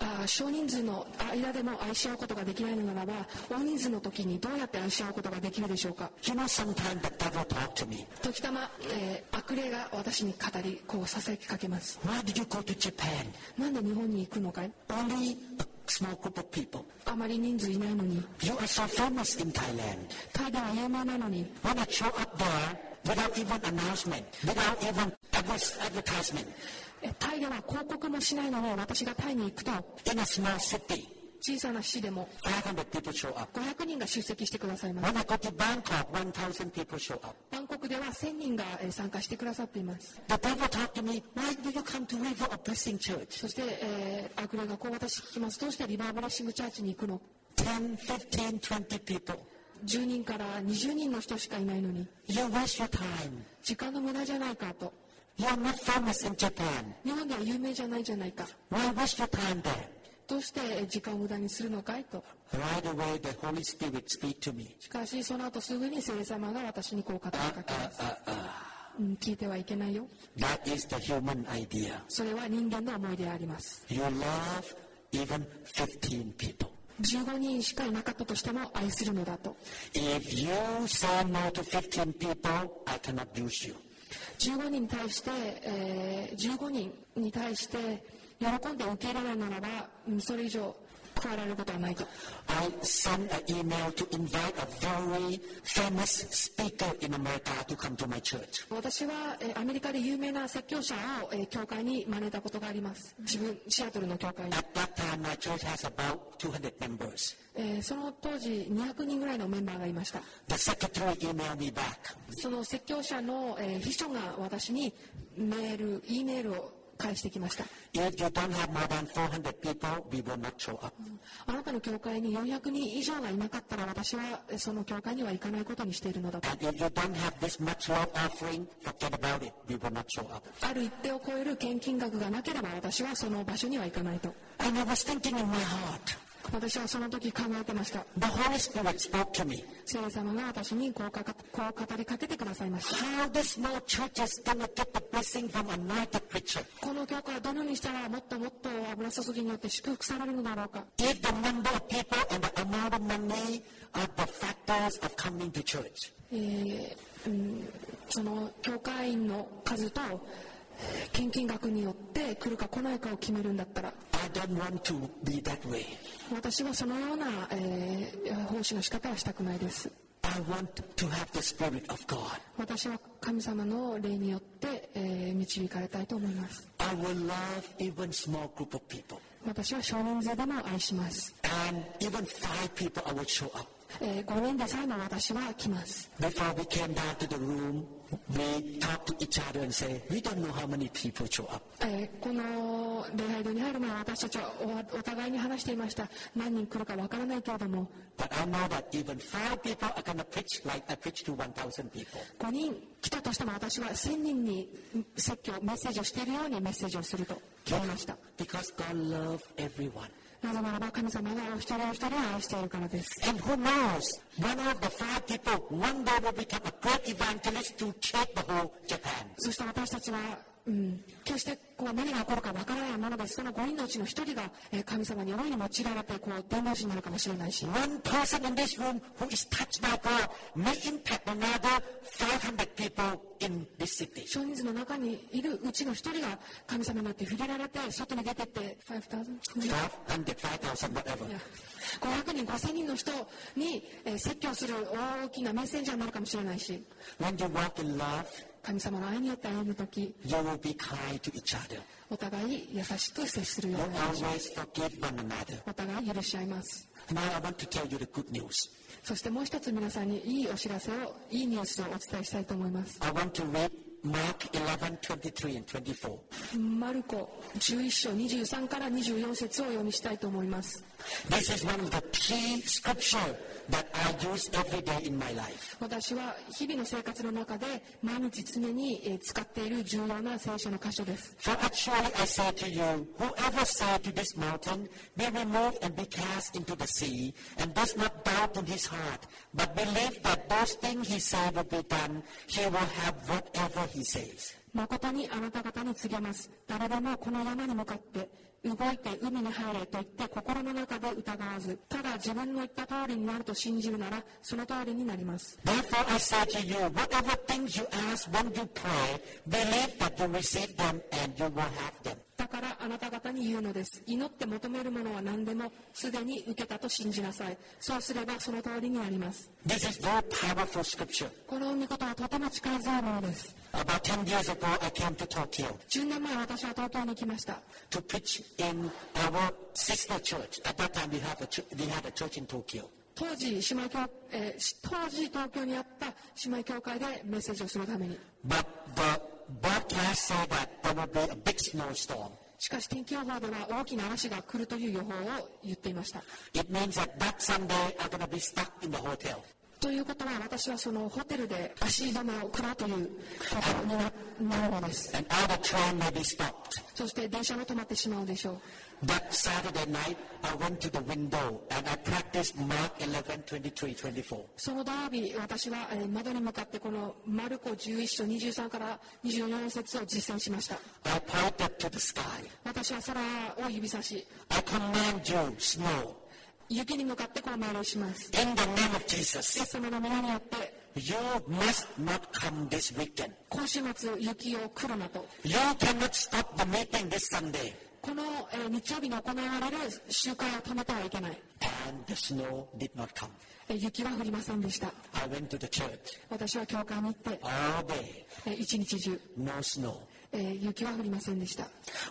Speaker 3: あー少人数の間でも愛し合うことができないのならば大人数の時にどうやって愛し合うことができるでしょうか
Speaker 4: You know, sometimes the devil talked to me.
Speaker 3: 時たま、えー悪霊が私に語りこうささやきかけます
Speaker 4: Why did you go to Japan?
Speaker 3: なんで日本に行くのかい
Speaker 4: Only a small group of people.
Speaker 3: あまり人数いないのに
Speaker 4: You are so famous in Thailand.
Speaker 3: タイでは有名なのに
Speaker 4: When I show up there, without even announcement, without even adver- advertisement,
Speaker 3: えタイでは広告もしないのに私がタイに行くと
Speaker 4: in a small city,
Speaker 3: 小さな市でも
Speaker 4: 500 people show up.
Speaker 3: 500人が出席してくださいます
Speaker 4: When I go to Bangkok, 1,000 people show up.
Speaker 3: バンコクでは1000人がえー参加してくださっています
Speaker 4: The devil talked to me, why do you come to River of Blessing Church?
Speaker 3: そして、えー悪霊がこう私聞きますどうしてリバーブレッシングチャーチに行くの
Speaker 4: 10, 15, 20 people.
Speaker 3: 10人から20人の人しかいないのに
Speaker 4: You waste your time.
Speaker 3: 時間の無駄じゃないかと
Speaker 4: You are not famous in Japan.
Speaker 3: 日本では有名じゃないじゃないか
Speaker 4: Why waste your time there?
Speaker 3: どうしてえー時間を無駄にするのかいと
Speaker 4: Right away, the Holy Spirit speak to me. Uh,
Speaker 3: しかしその後すぐに聖霊様が私にこう語りかけます、うん、聞いてはいけないよ
Speaker 4: That is the human idea.
Speaker 3: それは人間の思いであります
Speaker 4: You love even 15 people.
Speaker 3: 15人しかいなかったとしても愛するのだと
Speaker 4: If you say no to 15 people, I cannot use you.
Speaker 3: 15人に対して、えー15人に対して喜んで受け入れないならば、うんそれ以上加えられることはないと
Speaker 4: I sent an email to invite a very famous speaker in America to come to my church.
Speaker 3: 私は、えーアメリカで有名な説教者を、えー教会に招いたことがあります自分シアトルの教会に、
Speaker 4: At that time, my church has about 200 members.
Speaker 3: えーその当時200人ぐらいのメンバーがいました
Speaker 4: The secretary emailed me back.
Speaker 3: その説教者の、えー秘書が私にメール E メールを返してきました
Speaker 4: If you don't have more than 400 people, we will not show up.
Speaker 3: あなたの教会に400人以上がいなかったら私はえその教会には行かないことにしているのだと
Speaker 4: And if you don't have this much love offering, forget about it. We will not show up.
Speaker 3: ある一定を超える献金額がなければ私はその場所には行かないと
Speaker 4: And I was thinking in my heart,
Speaker 3: 私はその時考えてました
Speaker 4: the Holy Spirit spoke to me.
Speaker 3: 聖霊様が私にこうかかこう語りかけてくださいました
Speaker 4: How this small church is gonna get the blessing from anointed preacher?
Speaker 3: この教会はどのようにしたらもっともっと油注ぎによって祝福されるのだろうか
Speaker 4: If the number of people and the amount of money are the factors of coming to church,
Speaker 3: えーうんその教会員の数とえー献金額によって来るか来ないかを決めるんだったら
Speaker 4: I don't want to be that way.
Speaker 3: 私はそのような、えー奉仕の仕方はしたくないです
Speaker 4: I want to have the Spirit of God.
Speaker 3: 私は神様の霊によって、えー導かれたいと思います
Speaker 4: I will love even small group of people.
Speaker 3: 私は少人数でも愛します、
Speaker 4: And even five people, I will show up.
Speaker 3: え5人でさえも私は来ます
Speaker 4: Before we came down to the room, we talked to each other and say, we don't know how many people show up.
Speaker 3: えーこの礼拝堂に入る前私たちはおお互いに話していました何人来るかわからないけれども
Speaker 4: But I know that even five people are going to preach like I preach to 1,000 people.
Speaker 3: 5人来たとしても私は1000人に説教メッセージをしているようにメッセージをすると決めました
Speaker 4: Because God loves everyone.
Speaker 3: なぜならば神様がお一人お一人を愛しているからです。
Speaker 4: And who knows, one of the five people one day will become a great evangelist to shake the whole Japan.
Speaker 3: そして私たちは、うん、決してこう何が起こるかわからないものです。その5人のうちの1人が、えー神様に大いに用いられてこう伝道師になるかもしれないし、
Speaker 4: One person in this room who is touched by God may impact another 500 people in this city.
Speaker 3: 少人数の中にいるうちの1人が神様になって触れられて外に出てって5000
Speaker 4: 500, 5,000, whatever.
Speaker 3: いや500人5000人の人に、えー説教する大きなメッセンジャーになるかもしれないし
Speaker 4: When you walk in love,
Speaker 3: 神様の愛によって歩む時
Speaker 4: you will be kind to each other.
Speaker 3: お互い優しく接するよ
Speaker 4: You
Speaker 3: うになり
Speaker 4: always forgive one another.
Speaker 3: お互い許し合います
Speaker 4: Now I want to tell you the good news.
Speaker 3: そしてもう一つ皆さんにいいお知らせをいいニュースをお伝えしたいと思います
Speaker 4: I want to read Mark 11, 23 and 24.
Speaker 3: マルコ11章23から24節をお読みしたいと思います
Speaker 4: This is one of the key scripture that I use every day in my life.
Speaker 3: 私は日々の生活の中で毎日常にえー使っている重要な聖書の箇所です
Speaker 4: For actually I say to you, whoever said to this mountain, be removed and be cast into the sea, and does not doubt in his heart, but believe that those things he said will be done, he will have whatever he says.
Speaker 3: 誠にあなた方に告げます誰でもこの山に向かって動いて海に入れと言って心の中で疑わずただ自分の言った通りになると信じるならその通りになります
Speaker 4: Therefore I say to you, whatever things you ask when you pray, believe that you receive them and you will have them.
Speaker 3: だからあなた方に言うのです祈って求めるものは何でもすでに受けたと信じなさいそうすればその通りになります
Speaker 4: This is very powerful scripture.
Speaker 3: この御事はとても力強いものです
Speaker 4: About 10 years ago, I came to Tokyo
Speaker 3: 10年前私は東京に来ました
Speaker 4: to preach in our sister church. At that time, we, have a church, we had a church in Tokyo.
Speaker 3: 当時姉妹教、えーし当時東京にあった姉妹教会でメッセージをするために
Speaker 4: But the broadcast said that there will be a big snowstorm.
Speaker 3: しかし天気予報では大きな嵐が来るという予報を言っていました
Speaker 4: It means that that Sunday, I'm going to be stuck in the hotel.
Speaker 3: ということは私はそのホテルで足止めを食らうということにななるのです
Speaker 4: And all the train may be stopped.
Speaker 3: そして電車も止まってしまうでしょう
Speaker 4: But Saturday night, I went to the window and I practiced Mark 11, 23, 24.
Speaker 3: その土曜日私はえー窓に向かってこのマルコ11章23から24節を実践しました
Speaker 4: I pointed to the sky.
Speaker 3: 私は空を指差し
Speaker 4: I command you, snow,
Speaker 3: 雪に向かってこう命令します
Speaker 4: in the name
Speaker 3: イ
Speaker 4: of
Speaker 3: エ
Speaker 4: Jesus,
Speaker 3: ス様の皆によって
Speaker 4: you must not come this weekend.
Speaker 3: 今週末雪を来るなと
Speaker 4: You cannot stop the meeting this Sunday.
Speaker 3: このえー日曜日に行われる集会を止めてはいけない
Speaker 4: And the snow did not come.
Speaker 3: えー雪は降りませんでした
Speaker 4: I went to the church
Speaker 3: 私は教会に行って、
Speaker 4: all day,
Speaker 3: えー一日中、
Speaker 4: no snow.
Speaker 3: えー雪は降りませんでした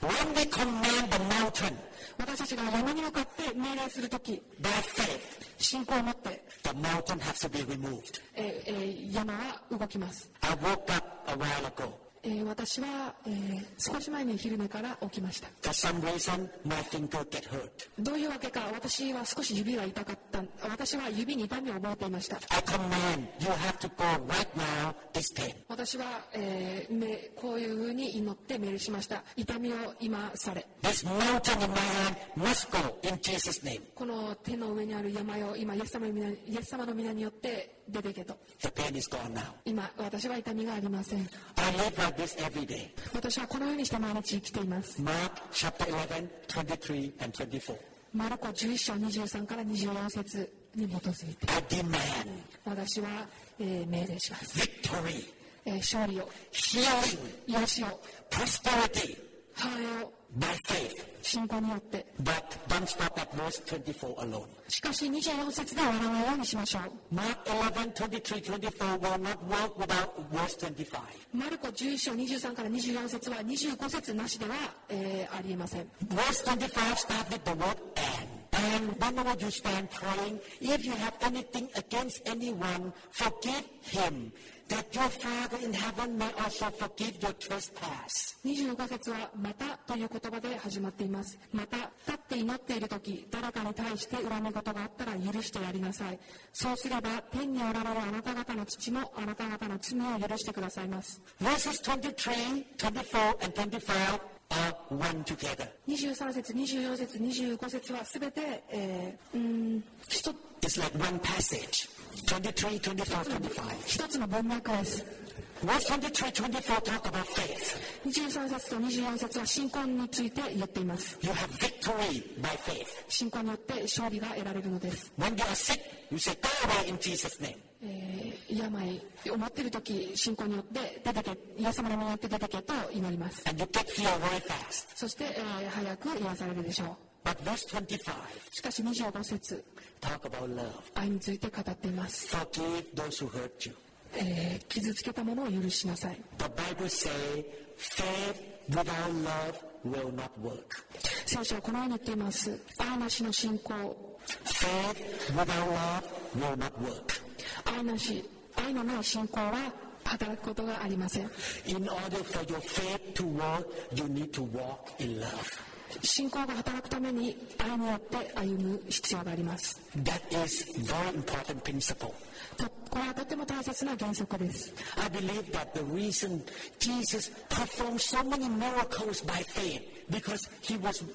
Speaker 4: When we command the mountain
Speaker 3: 私たちが山に向かって命令するとき
Speaker 4: by faith,
Speaker 3: 信仰を持って、
Speaker 4: the mountain has to be removed.
Speaker 3: えーえー山は動きます、
Speaker 4: I woke up a while ago.
Speaker 3: えー私は、えー少し前に昼寝から起きました
Speaker 4: For some reason, my finger get hurt.
Speaker 3: どういうわけか私は少し指が痛かった私は指に痛みを覚えていました
Speaker 4: I command you have to go right now. This pain.
Speaker 3: 私は、えーめこういうふうに祈って命令しました痛みを今され
Speaker 4: This mountain in my hand must go in Jesus' name.
Speaker 3: この手の上にある山よ今イエス様の皆にイエス様の皆によって出てけと
Speaker 4: The pain is gone now.
Speaker 3: 今私は痛みがありません
Speaker 4: I live like this every day.
Speaker 3: 私はこのようにして毎日生きています
Speaker 4: Mark chapter 11, 23 and 24.
Speaker 3: マルコ11章23から24節に基づいて
Speaker 4: I demand
Speaker 3: 私は、えー命令します、
Speaker 4: victory,
Speaker 3: えー勝利を
Speaker 4: healing,
Speaker 3: 癒しを
Speaker 4: prosperity
Speaker 3: 繁栄を
Speaker 4: by faith.
Speaker 3: 信仰によって
Speaker 4: But don't stop at verse 24 alone.
Speaker 3: しかし24節で終わらないようにしましょ
Speaker 4: Mark 11, 23, 24 will not work without verse 25.
Speaker 3: うマルコ11章23から24節は25節なしでは、えーありえません
Speaker 4: Verse 25 starts with the word and. And whenever you stand praying, if you have anything against anyone, forgive him, that your Father in heaven may also forgive your trespass.
Speaker 3: 25節は「また」という言葉で始まっていますまた立って祈っている時誰かに対して恨み事があったら許してやりなさいそうすれば天におられるあなた方の父もあなた方の罪を許してくださいます
Speaker 4: Verses 23, 24, and 25 are one together.
Speaker 3: 23節24節25節は全て、えーうーん一つ
Speaker 4: It's like one passage 23, 24, 25.
Speaker 3: 一つの文脈です。
Speaker 4: Verse 23, 24 talk about faith.
Speaker 3: 23節と24節は信仰について言っています。
Speaker 4: You have victory by faith.
Speaker 3: 信仰によって勝利が得られるのです。
Speaker 4: When you are sick, you say, Die away in Jesus' name.
Speaker 3: えー病、思っている時信仰によって出てけ、イエス様の名によって出てけと祈ります。
Speaker 4: And you get healed very fast.
Speaker 3: そして、えー早く癒されるでしょ
Speaker 4: But verse 25
Speaker 3: う。しかし25節
Speaker 4: talk about love.
Speaker 3: 愛について語っています、
Speaker 4: Forgive those who hurt you.
Speaker 3: えー傷つけたものを許しなさい。
Speaker 4: The Bible say, faith without love will not work.
Speaker 3: 聖書はこのように言っています。愛なしの信仰、
Speaker 4: Faith without love will not work.
Speaker 3: 愛なし、愛のない信仰は働くことがありません。
Speaker 4: In order for your faith to work, you need to walk in love.
Speaker 3: 信仰が働くために愛によって歩む必要があります
Speaker 4: That is very important principle.
Speaker 3: とこれはとても大切な原則です
Speaker 4: I believe that the reason Jesus performed so many miracles by faith because he was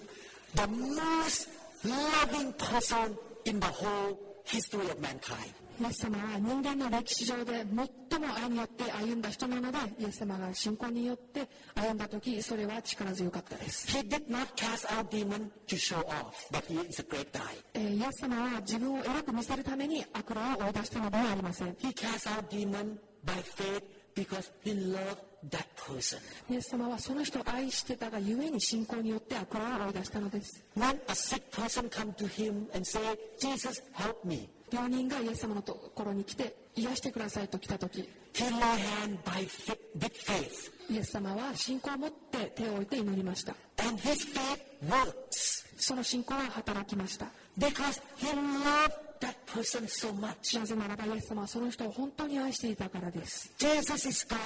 Speaker 4: the most loving person in the whole history of mankind.
Speaker 3: イエス様は人間の歴史上で最も愛によって歩んだ人なのでイエス様が信仰によって歩んだ時それは力強かったです、
Speaker 4: He did not cast out demons to show off that he is a great guy.
Speaker 3: えーイエス様は自分を偉く見せるために悪霊を追い出したのではありません
Speaker 4: He cast out demons by faith because he loved that person.
Speaker 3: イエス様はその人を愛してたがゆえに信仰によって悪霊を追い出したのです
Speaker 4: When a sick person come to him and say, Jesus, help me,
Speaker 3: 病人がイエス様のところに来て癒してくださいと来た時
Speaker 4: he lay hand by faith, with faith.
Speaker 3: イエス様は信仰を持って手を置いて祈りました
Speaker 4: And his faith works
Speaker 3: その信仰は働きました
Speaker 4: because he loved that person so much.
Speaker 3: なぜならばイエス様はその人を本当に愛していたからです
Speaker 4: Jesus is God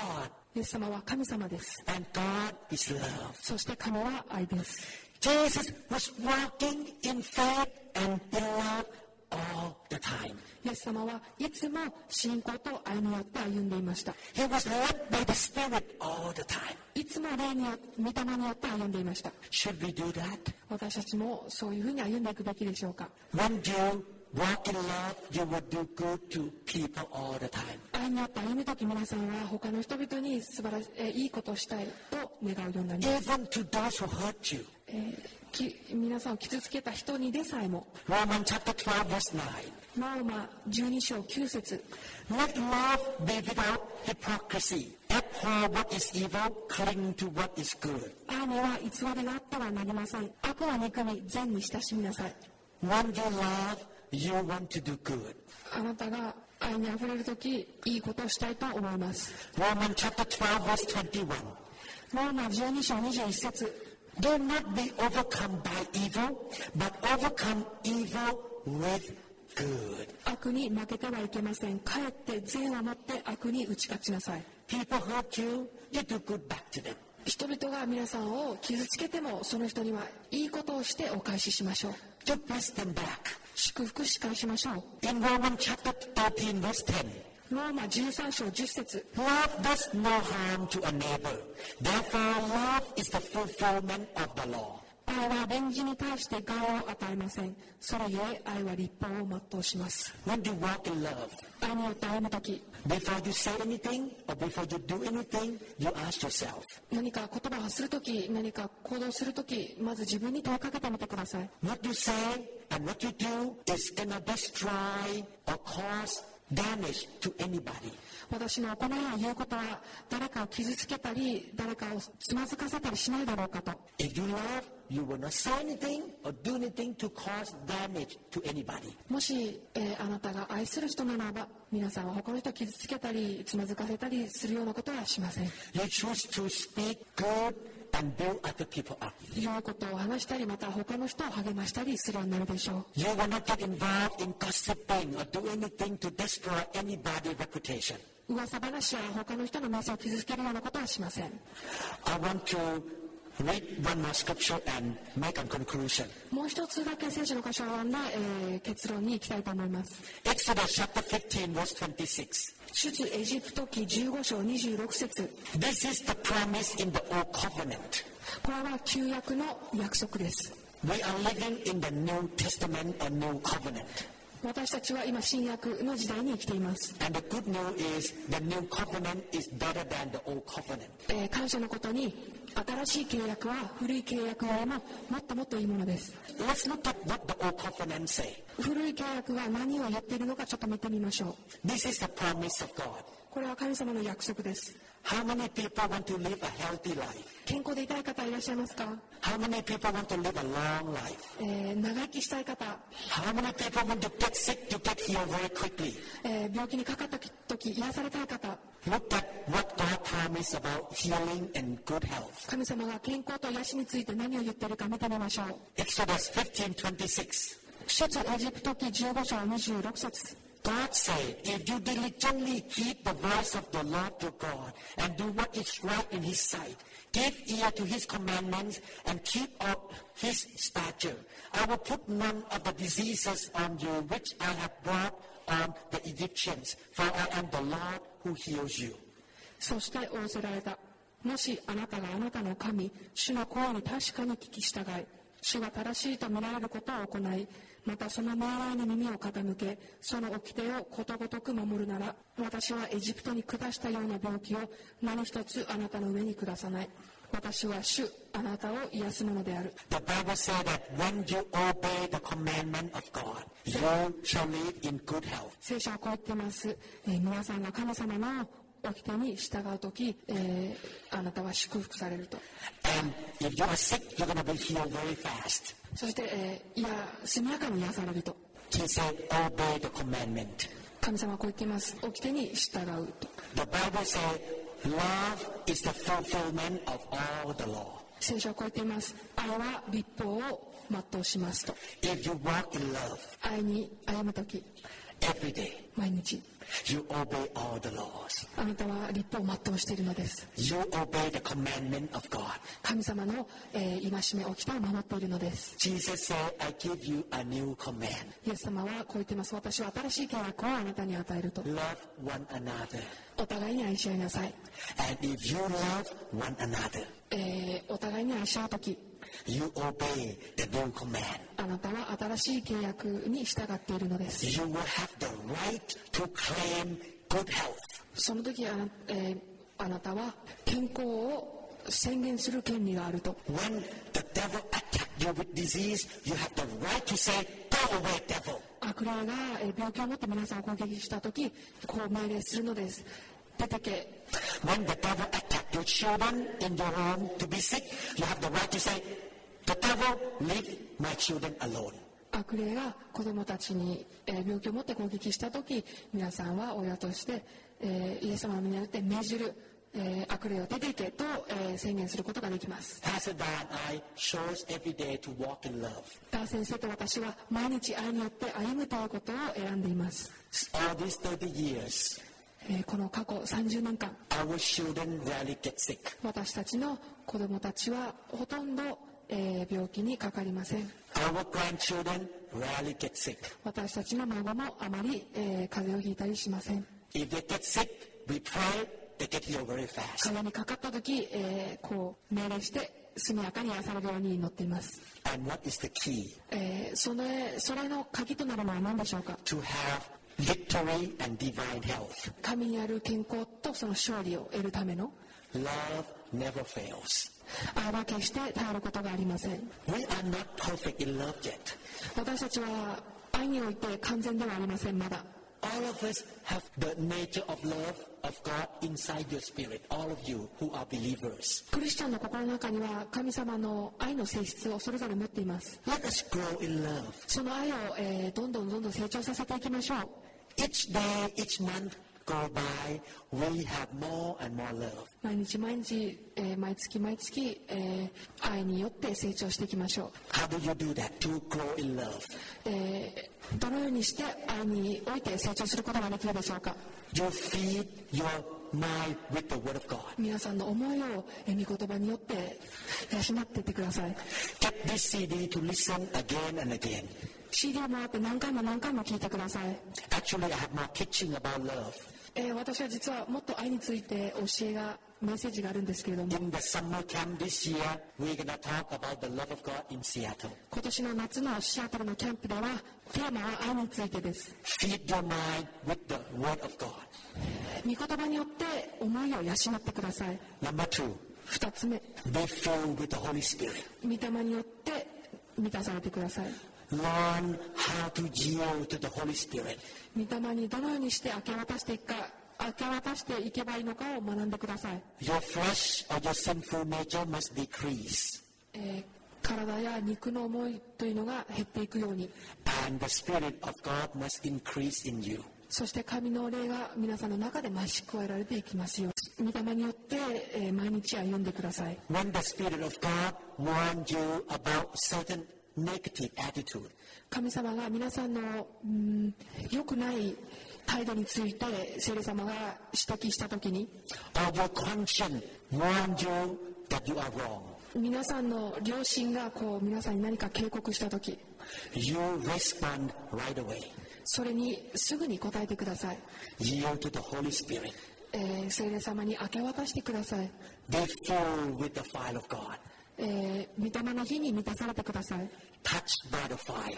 Speaker 3: イエス様は神様です
Speaker 4: and God is love.
Speaker 3: そして神は愛です
Speaker 4: Jesus was walking in faith and in love all the time.
Speaker 3: イエス様はいつも信仰と愛によって歩んでいました
Speaker 4: He was led by the Spirit all the time.
Speaker 3: いつも霊によ御霊によって歩んでいました
Speaker 4: Should we do that?
Speaker 3: 私たちもそういうふうに歩んでいくべきでしょうか
Speaker 4: When you walk in love, you will do good to people all the time.
Speaker 3: 愛によって歩む時皆さんは他の人々に素晴らしえいいことをしたいと願うようになります、
Speaker 4: Even to those who hurt you.
Speaker 3: えーき皆さんを傷つけた人にでさえも
Speaker 4: Romans chapter 12, verse 9.
Speaker 3: マーマ12章9節
Speaker 4: Let love be without hypocrisy. Abhor what is evil, cling to what is good.
Speaker 3: 愛には偽りがあってはなりません悪は憎み善に親しみなさい
Speaker 4: When you love, you want to do good.
Speaker 3: あなたが愛にあふれる時いいことをしたいと思います
Speaker 4: Romans chapter 12, verse 21.
Speaker 3: ローマ12章21節
Speaker 4: Do not be overcome by evil, but overcome evil with good.
Speaker 3: 悪に負けてはいけませんかえって善をもって悪に打ち勝ちなさい
Speaker 4: People hurt you, you do good back to them.
Speaker 3: 人々が皆さんを傷つけてもその人にはいいことをしてお返ししましょう
Speaker 4: You bless them back.
Speaker 3: 祝福し返しましょ
Speaker 4: In Romans chapter 13, verse 10,
Speaker 3: うローマ13章10節
Speaker 4: love does no harm to a neighbor. Therefore, love is the fulfillment of the law.
Speaker 3: 愛は便宜に対して害を与えませんそれゆえ愛は立法を全うします
Speaker 4: When you walk in love,
Speaker 3: 愛によって歩む時
Speaker 4: before you say anything or before you do anything, you ask yourself,
Speaker 3: 何か言葉をするとき何か行動するときまず自分に問いかけてみてください
Speaker 4: what you say and what you do is gonna destroy or cause damage to anybody.
Speaker 3: 私の行いや言うことは誰かを傷つけたり誰かをつまずかせたりしないだろうかと
Speaker 4: If you love, you will not say anything or do anything to cause damage to anybody.
Speaker 3: もし、えーあなたが愛する人ならば皆さんは他の人を傷つけたりつまずかせたりするようなことはしません
Speaker 4: You choose to speak good and build other people up.
Speaker 3: 良いことを話したりまた他の人を励ましたりするようになるでしょう
Speaker 4: You will not get involved in gossiping or do anything to destroy anybody's reputation.
Speaker 3: 噂話や他の人の名声を傷つけるようなことはしません
Speaker 4: I want to Read one more scripture and make a conclusion.
Speaker 3: もう一つだけ聖書の箇所を読んだ、えー結論に行きたいと思います
Speaker 4: Exodus chapter 15, verse 26.
Speaker 3: 出エジプト記15章26節
Speaker 4: This is the promise in the old covenant.
Speaker 3: これは旧約の約束です
Speaker 4: We are living in the New Testament and New Covenant.
Speaker 3: 私たちは今新約の時代に生きています、
Speaker 4: And the good news is the New Covenant is better than the old covenant.
Speaker 3: えー感謝のことに新しい契約は古い契約よりももっともっといいものです
Speaker 4: Let's look at what the old covenant say.
Speaker 3: 古い契約が何を言っているのかちょっと見てみましょう
Speaker 4: This is the promise of God.
Speaker 3: これは神様の約束です
Speaker 4: How many people want to live a healthy life?
Speaker 3: 健康でいたい方いらっしゃいますか、
Speaker 4: How many people want to live a long life?
Speaker 3: えー長生きしたい方、
Speaker 4: How many people want to get sick to get healed very quickly?
Speaker 3: えー病気にかかった時癒されたい方
Speaker 4: Look at what God promised about healing and good health.
Speaker 3: 神様が健康と癒しについて何を言っているか見てみましょう
Speaker 4: Exodus 15, 26.
Speaker 3: 出エジプト記15章26節
Speaker 4: God said, if you diligently heed the voice of the Lord your God and do what is right in his sight, give ear to his commandments and keep up his stature, I will put none of the diseases on you which I have brought on the Egyptians, for I am the Lord who heals you.
Speaker 3: そして仰せられた。もしあなたがあなたの神、主の声に確かに聞き従い、主が正しいと見られることを行い、またその命令に耳を傾け、その掟をことごとく守るなら、私はエジプトに下したような病気を何一つあなたの上に下さない。私は主、あなたを癒すものである。
Speaker 4: The Bible says that when you obey the commandment of God, you shall live in good health.
Speaker 3: 聖書はこう言っています。えー皆さんが神様の掟に従うとき、えーあなたは祝福されると。
Speaker 4: And if you are sick, you're going to be healed very fast.
Speaker 3: そして、えーいや速やかに癒されると
Speaker 4: He said, obey the commandment.
Speaker 3: 神様はこう言っています掟に従うと
Speaker 4: The Bible says love is the fulfillment of all the law.
Speaker 3: 聖書はこう言っています愛は立法を全うしますと
Speaker 4: If you walk in love
Speaker 3: 愛に歩む時
Speaker 4: every day,
Speaker 3: 毎日
Speaker 4: you obey all the laws.
Speaker 3: あなたは立法を全うしているのです
Speaker 4: You obey the commandment of God.
Speaker 3: 神様の、えー戒め掟を守っているのです
Speaker 4: Jesus said, I give you a new command.
Speaker 3: イエス様はこう言っています私は新しい契約をあなたに与えると
Speaker 4: Love one another.
Speaker 3: お互いに愛し合いなさい、
Speaker 4: And if you love one another,
Speaker 3: えーお互いに愛し合う時
Speaker 4: you obey the new command.
Speaker 3: あなたは新しい契約に従っているのです
Speaker 4: You will have the right to claim good health.
Speaker 3: その時あな,、えーあなたは健康を宣言する権利があると
Speaker 4: When the devil attacks you with disease, you have the right to say, Go away, devil.
Speaker 3: 悪霊が、えー病気を持って皆さんを攻撃した時こう命令するのです出てけ
Speaker 4: When the devil attacked your children in your home to be sick, you have the right to say, the devil, leave my children alone.
Speaker 3: 悪霊が子供たちに、えー病気を持って攻撃した時皆さんは親として、えーイエス様の身によって命じる、えー悪霊を出ていけと、えー宣言することができます
Speaker 4: Pastor Dan and I chose every day to walk in love.
Speaker 3: ダー先生と私は毎日愛によって歩むということを選んでいます、
Speaker 4: All these 30 years,
Speaker 3: えーこの過去30年間
Speaker 4: our children rarely get sick.
Speaker 3: 私たちの子供たちはほとんど、えー病気にかかりません
Speaker 4: Our grandchildren rarely get sick.
Speaker 3: 私たちの孫もあまり、えー風邪をひいたりしません
Speaker 4: If they get sick, we pray, they get healed very fast.
Speaker 3: 風邪にかかった時、えーこう命令して速やかに癒されるように祈っています、
Speaker 4: And what is the key?
Speaker 3: えーそれそれの鍵となるのは何でしょうか
Speaker 4: To have victory and divine health.
Speaker 3: 神にある健康とその勝利を得るための
Speaker 4: Love never fails.
Speaker 3: 愛は決して耐えることがありません
Speaker 4: We are not perfect in love yet.
Speaker 3: 私たちは愛において完全ではありませんまだ
Speaker 4: All of us have the nature of love of God inside your spirit. All of you who are believers.
Speaker 3: クリスチャンの心の中には神様の愛の性質をそれぞれ持っています
Speaker 4: Let us grow in love.
Speaker 3: その愛を、えーどんどんどんどん成長させていきましょう
Speaker 4: Each day, each month go by, we have more and more love.
Speaker 3: 毎日毎日、えー毎月毎月、えー愛によって成長していきましょ
Speaker 4: How do you do that? To grow in love.
Speaker 3: う、えーどのようにして愛において成長することができるでしょうか
Speaker 4: You feed your mind with the Word of God.
Speaker 3: 皆さんの思いをえー御言葉によって養っていってください
Speaker 4: Get this CD to listen again and again.
Speaker 3: CD もらって何回も何回も聞いてください、
Speaker 4: Actually, I have more teaching about love.
Speaker 3: えー私は実はもっと愛について教えがメッセージがあるんですけれども
Speaker 4: In the summer camp this year, we're going to talk about the love of God in Seattle.
Speaker 3: 今年の夏のシアトルのキャンプではテーマは愛についてです
Speaker 4: Feed your mind with the Word of God.
Speaker 3: 御言葉によって思いを養ってください
Speaker 4: Number two,
Speaker 3: 2つ目
Speaker 4: be filled with the Holy Spirit.
Speaker 3: 御霊によって満たされてください
Speaker 4: Learn how to yield to the Holy Spirit.
Speaker 3: 御霊にどのようにして明け渡していくか明け渡していけばいいのかを学んでください、
Speaker 4: Your flesh or your sinful nature must decrease,
Speaker 3: えー体や肉の思いというのが減っていくように
Speaker 4: and the Spirit of God must increase in you.
Speaker 3: そして神の霊が皆さんの中で増し加えられていきますように御霊によって、えー毎日歩んでください
Speaker 4: When the Spirit of God warns you about certain negative attitude,
Speaker 3: 神様が皆さんの、うん、良くない態度について聖霊様が指摘した時に
Speaker 4: or your conscience warns you that you are wrong,
Speaker 3: 皆さんの両親がこう皆さんに何か警告した時
Speaker 4: you respond right away.
Speaker 3: それにすぐに答えてください、
Speaker 4: Yield to the Holy Spirit.
Speaker 3: えー聖霊様に明け渡してください、
Speaker 4: Be filled with the fire of God,
Speaker 3: えー、御霊の火に満たされてください、
Speaker 4: touched by the fire,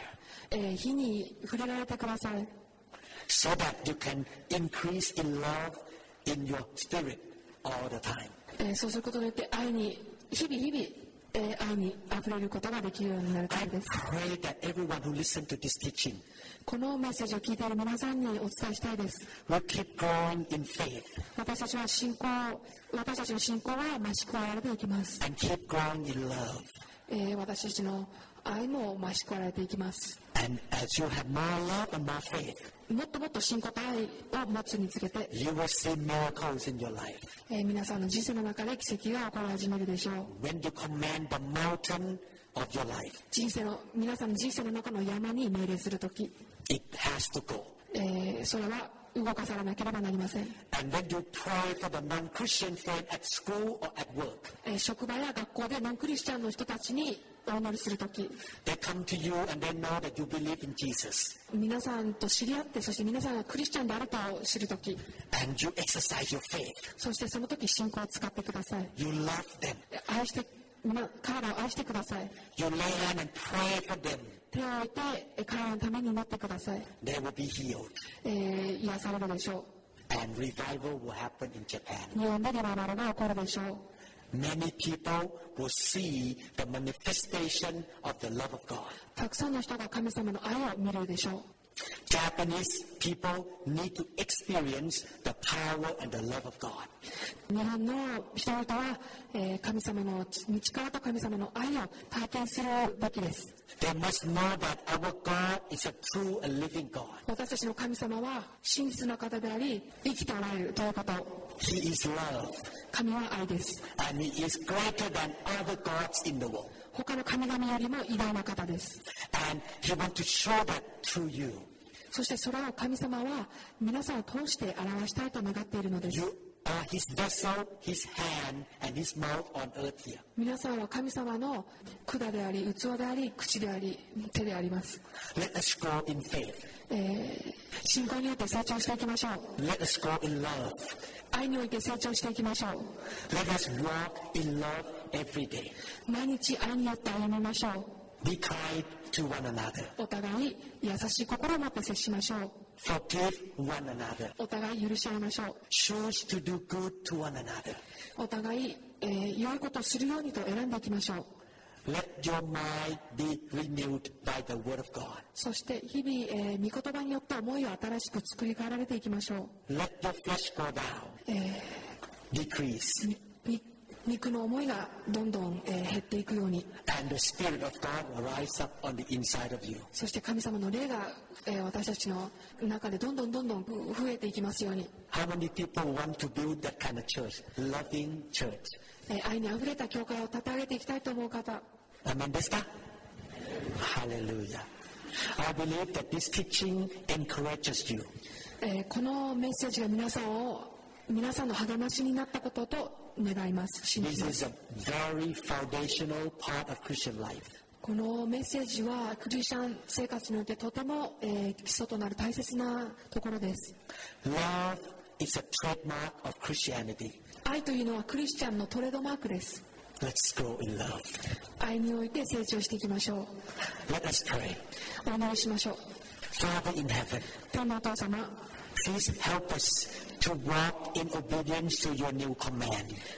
Speaker 3: えー火に触れられてください
Speaker 4: so that you can increase in love in your spirit all the time.
Speaker 3: えーそうすることによって愛に日々日々、えー愛にあふれることができるようになるた
Speaker 4: I
Speaker 3: めです
Speaker 4: pray that everyone who listened to this teaching
Speaker 3: このメッセージを聞いている皆さんにお伝えしたいです
Speaker 4: will keep growing in faith
Speaker 3: 私たちは信仰私たちの信仰は増し加えられていきます、
Speaker 4: and keep growing in love.
Speaker 3: えー私たちの愛も増し加えられていきます
Speaker 4: And as you have more love and more faith,
Speaker 3: もっともっと信仰と愛を持つにつけて、
Speaker 4: you will see miracles in your life.
Speaker 3: えー皆さんの人生の中で奇跡が起こり始めるでしょう
Speaker 4: When you command the mountain of your life,
Speaker 3: 人生の皆さんの人生の中の山に命令するとき、
Speaker 4: it has to go.
Speaker 3: えーそれは動かされなければなりません
Speaker 4: And when you pray for the non-Christian friend at school or at work,
Speaker 3: えー職場や学校でノンクリスチャンの人たちにお祈りするとき
Speaker 4: they come to you and they know that you believe in Jesus.
Speaker 3: 皆さんと知り合ってそして皆さんがクリスチャンであるとを知るとき
Speaker 4: And you exercise your faith.
Speaker 3: そしてその時信仰を使ってください
Speaker 4: You love them.
Speaker 3: え愛して皆彼らを愛してください
Speaker 4: You lay hand and pray for them.
Speaker 3: 手を置いてえ彼らのためになってください、
Speaker 4: They will be healed.
Speaker 3: えー癒されるでしょ
Speaker 4: And revival will happen in Japan.
Speaker 3: う日本でリバイバルが起こるでしょう
Speaker 4: Many people will see the manifestation of the love of God.
Speaker 3: たくさんの人が神様の愛を見るでしょう
Speaker 4: Japanese people need to experience the power and the love of God.
Speaker 3: 日本の人々は、えー神様の道からと神様の愛を体験するべきです
Speaker 4: They must know that our God is a true and living God.
Speaker 3: 私たちの神様は真実の方であり生きておられるということ
Speaker 4: He is love
Speaker 3: 神は愛です
Speaker 4: and He is greater than other gods in the world.
Speaker 3: 他の神々よりも偉大な方です
Speaker 4: And He wants to show that through you.
Speaker 3: そしてそれを神様は皆さんを通して表したいと願っているのです
Speaker 4: You are Uh, His vessel, His hand, and His mouth on earth here.
Speaker 3: 皆さんは神様の管であり器であり口であり手であります、
Speaker 4: Let us grow in faith.
Speaker 3: えー信仰によって成長していきましょう
Speaker 4: Let us grow in love.
Speaker 3: 愛において成長していきましょう
Speaker 4: Let us walk in love every day.
Speaker 3: 毎日愛によって歩みましょう
Speaker 4: Be kind to one another.
Speaker 3: お互い優しい心を持って接しましょう
Speaker 4: Forgive one another.
Speaker 3: お互い許し合いましょ
Speaker 4: Choose to do good to one another.
Speaker 3: うお互い、えー良いことをするようにと選んでいきましょう
Speaker 4: Let your mind be renewed by the Word of God.
Speaker 3: そして日々、えー御言葉によって思いを新しく作り変えられていきましょ
Speaker 4: Let your flesh go down.
Speaker 3: う、え
Speaker 4: Decrease.
Speaker 3: ーにに肉の思いがどんどん、えー減っていくように
Speaker 4: And the Spirit of God will rise up on the inside of you.
Speaker 3: そして神様の霊が、えー私たちの中でどんどんどんどんふ増えていきますように、
Speaker 4: How many people want to build that kind of church? Loving church.
Speaker 3: えー愛にあふれた教会を立て上げていきたいと思う方
Speaker 4: Amen. Deska? Hallelujah. I believe that this teaching encourages you.
Speaker 3: えーこのメッセージが皆さんを皆さんの励ましになったことと願います信じ
Speaker 4: This
Speaker 3: ます
Speaker 4: is a very foundational part of Christian life.
Speaker 3: このメッセージはクリスチャン生活においてとても、えー基礎となる大切なところです
Speaker 4: Love is a trademark of Christianity.
Speaker 3: 愛というのはクリスチャンのトレードマークです
Speaker 4: Let's grow in love.
Speaker 3: 愛において成長していきましょ
Speaker 4: Let us pray.
Speaker 3: うお祈りしましょう
Speaker 4: Father in heaven,
Speaker 3: 天のお父様
Speaker 4: please help us to walk in obedience to your new command.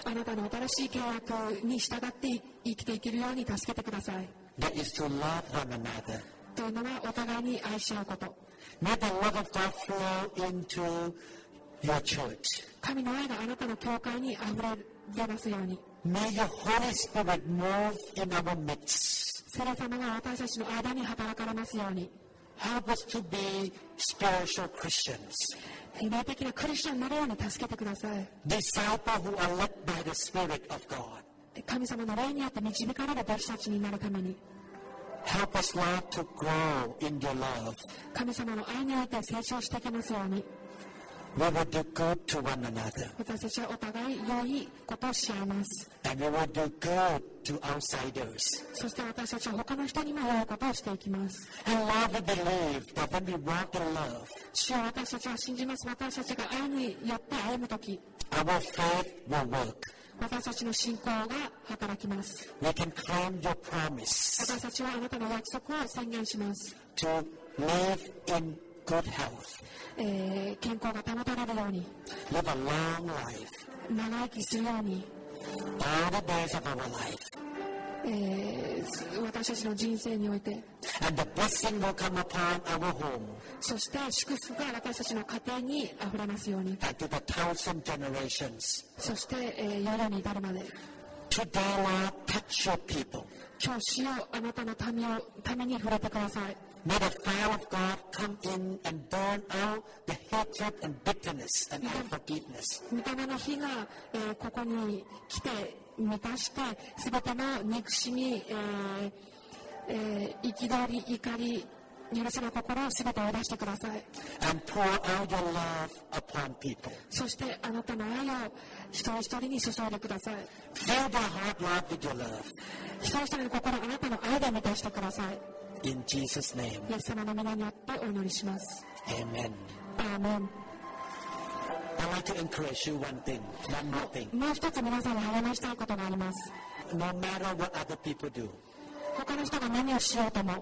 Speaker 3: あなたの新しい契約に従って生きていけるように助けてください
Speaker 4: That is to love one another.
Speaker 3: というのはお互いに愛し合うこと
Speaker 4: May the love of God flow into your church.
Speaker 3: 神の愛があなたの教会にあふれますように
Speaker 4: May your Holy Spirit move in our midst.
Speaker 3: 聖霊様が私たちの間に働かれますように
Speaker 4: Help us to be spiritual Christians.
Speaker 3: 霊的なクリスチャンになるように助けてください
Speaker 4: Disciple who are led by the Spirit of God.
Speaker 3: 神様の霊によって導かれる私たちになるために
Speaker 4: Help us, Lord, to grow in your love.
Speaker 3: 神様の愛において成長していきますように
Speaker 4: We will do good to one another.
Speaker 3: 私たちはお互い良いことをし合います
Speaker 4: And we will do good to outsiders.
Speaker 3: そして私たちは他の人にも良いことをしていきます
Speaker 4: And Lord, we believe that when we walk in love,
Speaker 3: 主は私たちは信じます私たちが愛によって歩む時
Speaker 4: our faith will work.
Speaker 3: 私たちの信仰が働きます
Speaker 4: We can claim your promise
Speaker 3: 私たちはあなたの約束を宣言します、
Speaker 4: to live in good health,
Speaker 3: えー健康が保たれるように
Speaker 4: live a long life,
Speaker 3: 長生きするように、
Speaker 4: all the days of our life.
Speaker 3: えー私たちの人生において
Speaker 4: And the blessing will come upon our home
Speaker 3: そして祝福が私たちの家庭にあふれますように
Speaker 4: and to the thousand generations.
Speaker 3: そして、えー夜に至るまで
Speaker 4: Today, Lord, touch your people.
Speaker 3: 今日主よあなたの民をために触れてください
Speaker 4: May the fire of God come in and burn out the hatred and bitterness and unforgiveness.
Speaker 3: 御霊の火が、えーここに来て満たして全ての憎しみ憤、えーえー憤り怒り許せの心を全て追い出してください
Speaker 4: and pour out your love upon people.
Speaker 3: そしてあなたの愛を一人一人に注いでください
Speaker 4: Fill their heart, Lord, with your love.
Speaker 3: 一人一人の心をあなたの愛で満たしてください
Speaker 4: In Jesus' name,
Speaker 3: イエス様の皆によってお祈りします
Speaker 4: amen.
Speaker 3: アーメン
Speaker 4: I'd like to encourage you one thing, one more thing.
Speaker 3: もう一つ皆さんに励ましたいことがあります
Speaker 4: No matter what other people do,
Speaker 3: 他の人が何をしようとも、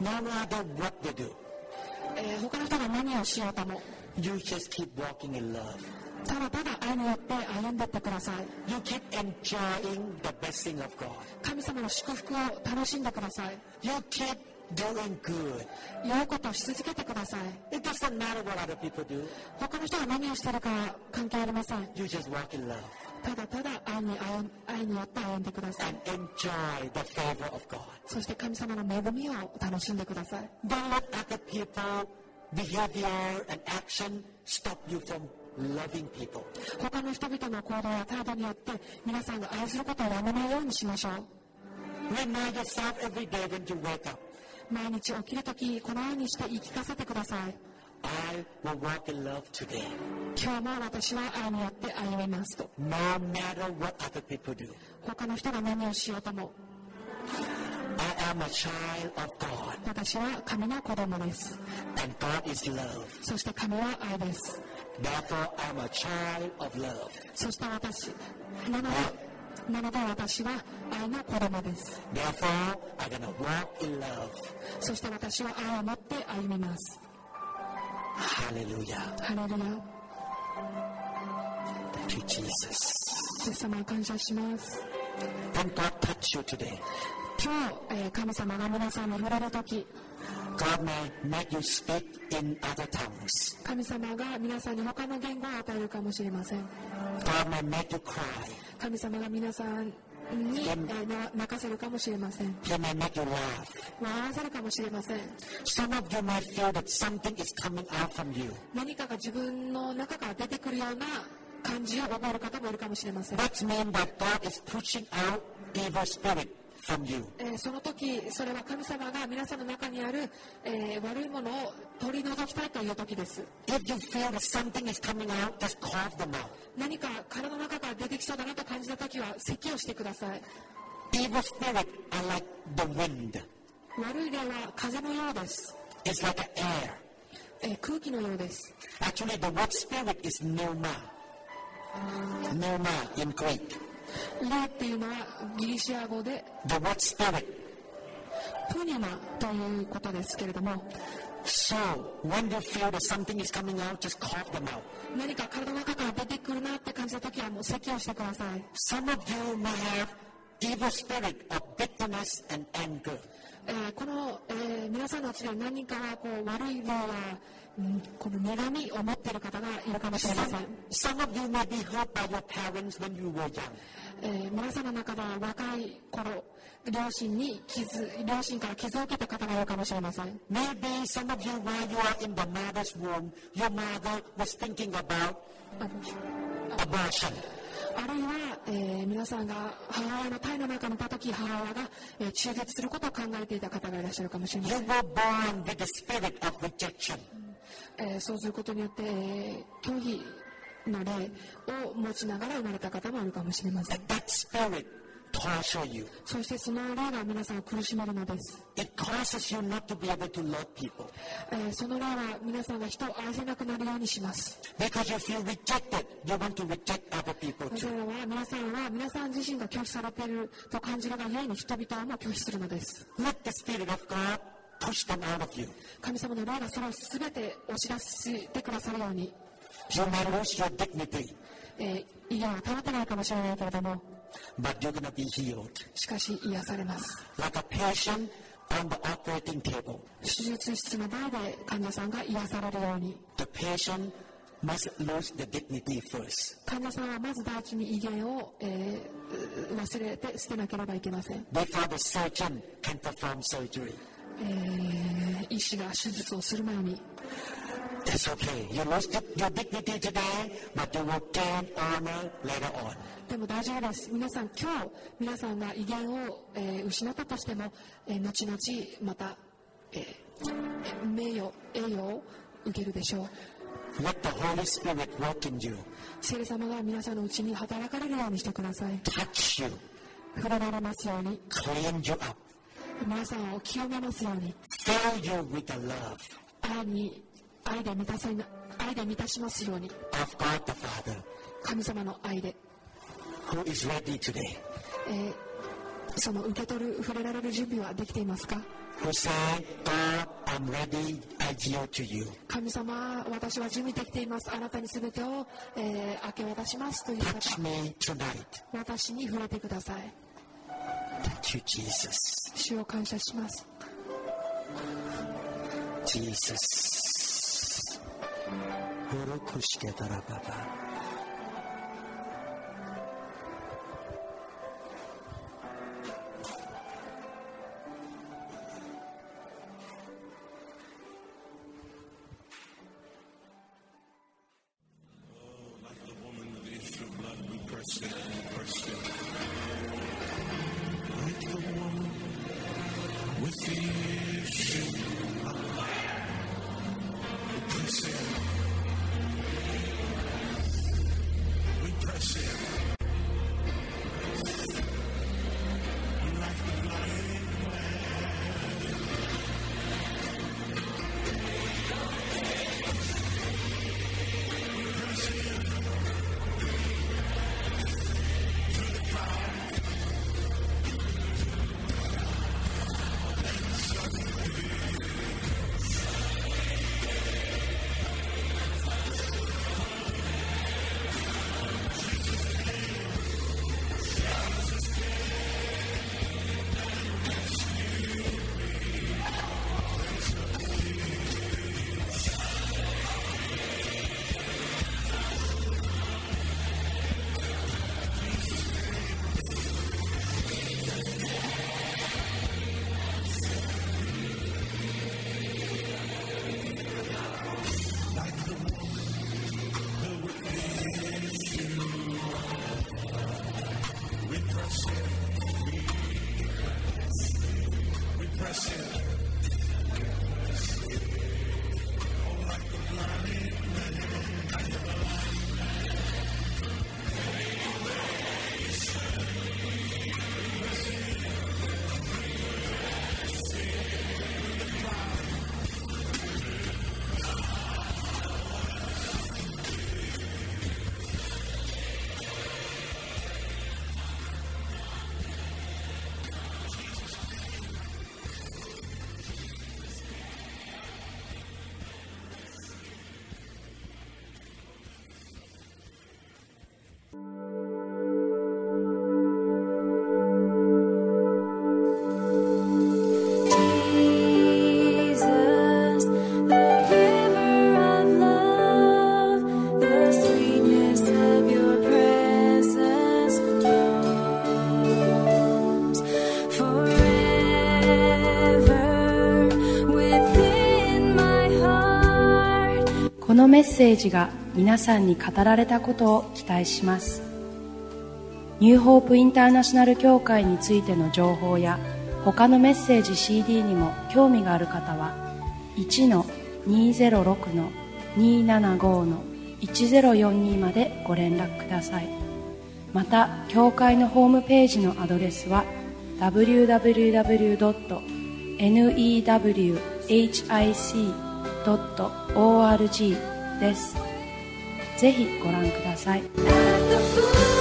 Speaker 4: no matter what they do,
Speaker 3: えー他の人が何をしようとも
Speaker 4: you just keep walking in love.
Speaker 3: ただただ愛によって歩んでいってください
Speaker 4: You keep enjoying the blessing of God.
Speaker 3: 神様の祝福を楽しんでください
Speaker 4: You keep doing good.
Speaker 3: 良いことをし続けてください
Speaker 4: It doesn't matter what other people do.
Speaker 3: 他の人が何をしてるかは関係ありません
Speaker 4: You just walk in love
Speaker 3: ただただ愛に歩ん愛によって歩んでください
Speaker 4: and enjoy the favor of God.
Speaker 3: そして神様の恵みを楽しんでください
Speaker 4: Don't let other people, behavior, and action stop you from loving people.
Speaker 3: 他の人々の行動や態度によって皆さんが愛することをやめないようにしましょう
Speaker 4: Remind yourself every day when you wake up,
Speaker 3: 毎日起きるときこのようにして言い聞かせてください
Speaker 4: I will walk in love today,
Speaker 3: 今日も私は愛によって歩みますと
Speaker 4: no matter what other people do.
Speaker 3: 他の人が何をしようとも
Speaker 4: I am a child of God,
Speaker 3: 私は神の子供です
Speaker 4: and God is love.
Speaker 3: そして神は愛です
Speaker 4: Therefore, I'm a child of love.
Speaker 3: そして私なのでなので私は愛の子供です
Speaker 4: Therefore, I'm going to walk in love.
Speaker 3: そして私は愛を持って歩みます
Speaker 4: Hallelujah.
Speaker 3: ハレルヤ
Speaker 4: Thank you, Jesus.
Speaker 3: イエス様に感謝します
Speaker 4: When God touch you today,
Speaker 3: 今日、えー神様が皆さんに触れるとき
Speaker 4: God may make you speak in other tongues.
Speaker 3: 神様が皆さんに他の言語を与えるかもしれません
Speaker 4: God may make you cry.
Speaker 3: 神様が皆さんに、えーな泣かせるかもしれません
Speaker 4: He may make you laugh.
Speaker 3: 笑わせるかもしれません
Speaker 4: Some of you might feel that something is coming out from you.
Speaker 3: 何かが自分の中から出てくるような感じを覚える方もいるかもしれません
Speaker 4: That means that God is pushing out evil spirit from you.
Speaker 3: えーその時それは神様が皆さんの中にある、えー悪いものを取り除きたいという時です
Speaker 4: If you feel that something is coming out, just cough them out.
Speaker 3: 何か体の中から出てきそうだなと感じた時は咳をしてください
Speaker 4: Evil spirit are like the wind.
Speaker 3: 悪い霊は風のようです、
Speaker 4: It's like the air.
Speaker 3: えー空気のようです
Speaker 4: Actually, the word spirit is pneuma. Pneuma in Greek.
Speaker 3: 霊っていうのはギリシア語で
Speaker 4: The word spirit
Speaker 3: プニマということですけれども
Speaker 4: So, when you feel that something is coming out, just cough them out.
Speaker 3: 何か体の中から出てくるなって感じた時はもう咳をしてください、
Speaker 4: Some of you may have evil spirit of bitterness and anger.
Speaker 3: えーこの、えー皆さんのうちで何人かはこう悪い霊や、うんこの苦みを持っている方がいるかもしれません、
Speaker 4: Some of you may be hurt by your parents when you were young.
Speaker 3: えー皆さんの中では若い頃両親に傷両親から傷を受けた方がいるかもしれません
Speaker 4: Maybe some of you, while you are in the mother's womb, your mother was thinking about
Speaker 3: あの
Speaker 4: abortion.
Speaker 3: あるいは、えー皆さんが母親の体の中にいた時母親が、えー中絶することを考えていた方がいらっしゃるかもしれませ
Speaker 4: You
Speaker 3: ん、
Speaker 4: were born with the spirit of rejection.
Speaker 3: えーそうすることによって、えー拒否の例を持ちながら生まれた方もいるかもしれません
Speaker 4: That spirit torture you.
Speaker 3: そしてその例が皆さんを苦しめるのです、
Speaker 4: It causes you not to be able to love people
Speaker 3: えーその例は皆さんが人を愛せなくなるようにします
Speaker 4: because you feel rejected. You want to reject other people
Speaker 3: そ
Speaker 4: too.
Speaker 3: れは皆さんは皆さん自身が拒否されていると感じるがゆえに人々も拒否するのです
Speaker 4: Let the Spirit of God push them out of you.
Speaker 3: 神様の霊がそれを全てお知らせしてくださるように
Speaker 4: You may lose your dignity,
Speaker 3: えー、医療は保てないかもしれないけれども
Speaker 4: but you're going to be healed.
Speaker 3: しかし癒されます
Speaker 4: Like a patient on the operating table,
Speaker 3: 手術室の前で患者さんが癒されるように
Speaker 4: the patient must lose the dignity first.
Speaker 3: 患者さんはまず第一に威厳を、えーう忘れて捨てなければいけません、
Speaker 4: Before the surgeon can perform surgery,
Speaker 3: えー医師が手術をする前に
Speaker 4: it's okay. You lost your- your dignity today, but you will gain honor later on.
Speaker 3: でも大丈夫です皆さん今日皆さんが威厳を、えー失ったとしても、えー後々また、えーえ名誉栄誉を受けるでしょう
Speaker 4: Let the Holy Spirit work in you,
Speaker 3: 聖霊様が皆さんのうちに働かれるようにしてください
Speaker 4: touch you,
Speaker 3: 触れられますように
Speaker 4: clean you up,
Speaker 3: 皆さんを清めますように
Speaker 4: fill you with the love
Speaker 3: 愛に愛で満たせな愛で満たしますように
Speaker 4: of God the Father.
Speaker 3: 神様の愛で、
Speaker 4: who is ready today,
Speaker 3: えーその受け取る触れられる準備はできていますか
Speaker 4: who say, God, I'm ready, I yield to you.
Speaker 3: 神様私は準備できていますあなたに全てを、えー明け渡しますという
Speaker 4: Touch
Speaker 3: 方
Speaker 4: me tonight.
Speaker 3: 私に触れてください
Speaker 4: Thank you, Jesus.
Speaker 3: 主を感謝します
Speaker 4: Jesus. Urukushketarababa.
Speaker 6: Like the woman with the issue of blood, we press in, we press in. Like the woman with the issue of blood, we press in. We press in. We like the blind man.
Speaker 7: Jesus, the giver of love, the sweetness of your presence dwells forever within my heart.
Speaker 2: このメッセージが皆さんに語られたことを期待しますニューホープインターナショナル協会についての情報や他のメッセージ CD にも興味がある方は1-206-275-1042までご連絡くださいまた協会のホームページのアドレスは www.newhic.org ですぜひご覧ください
Speaker 7: At the foot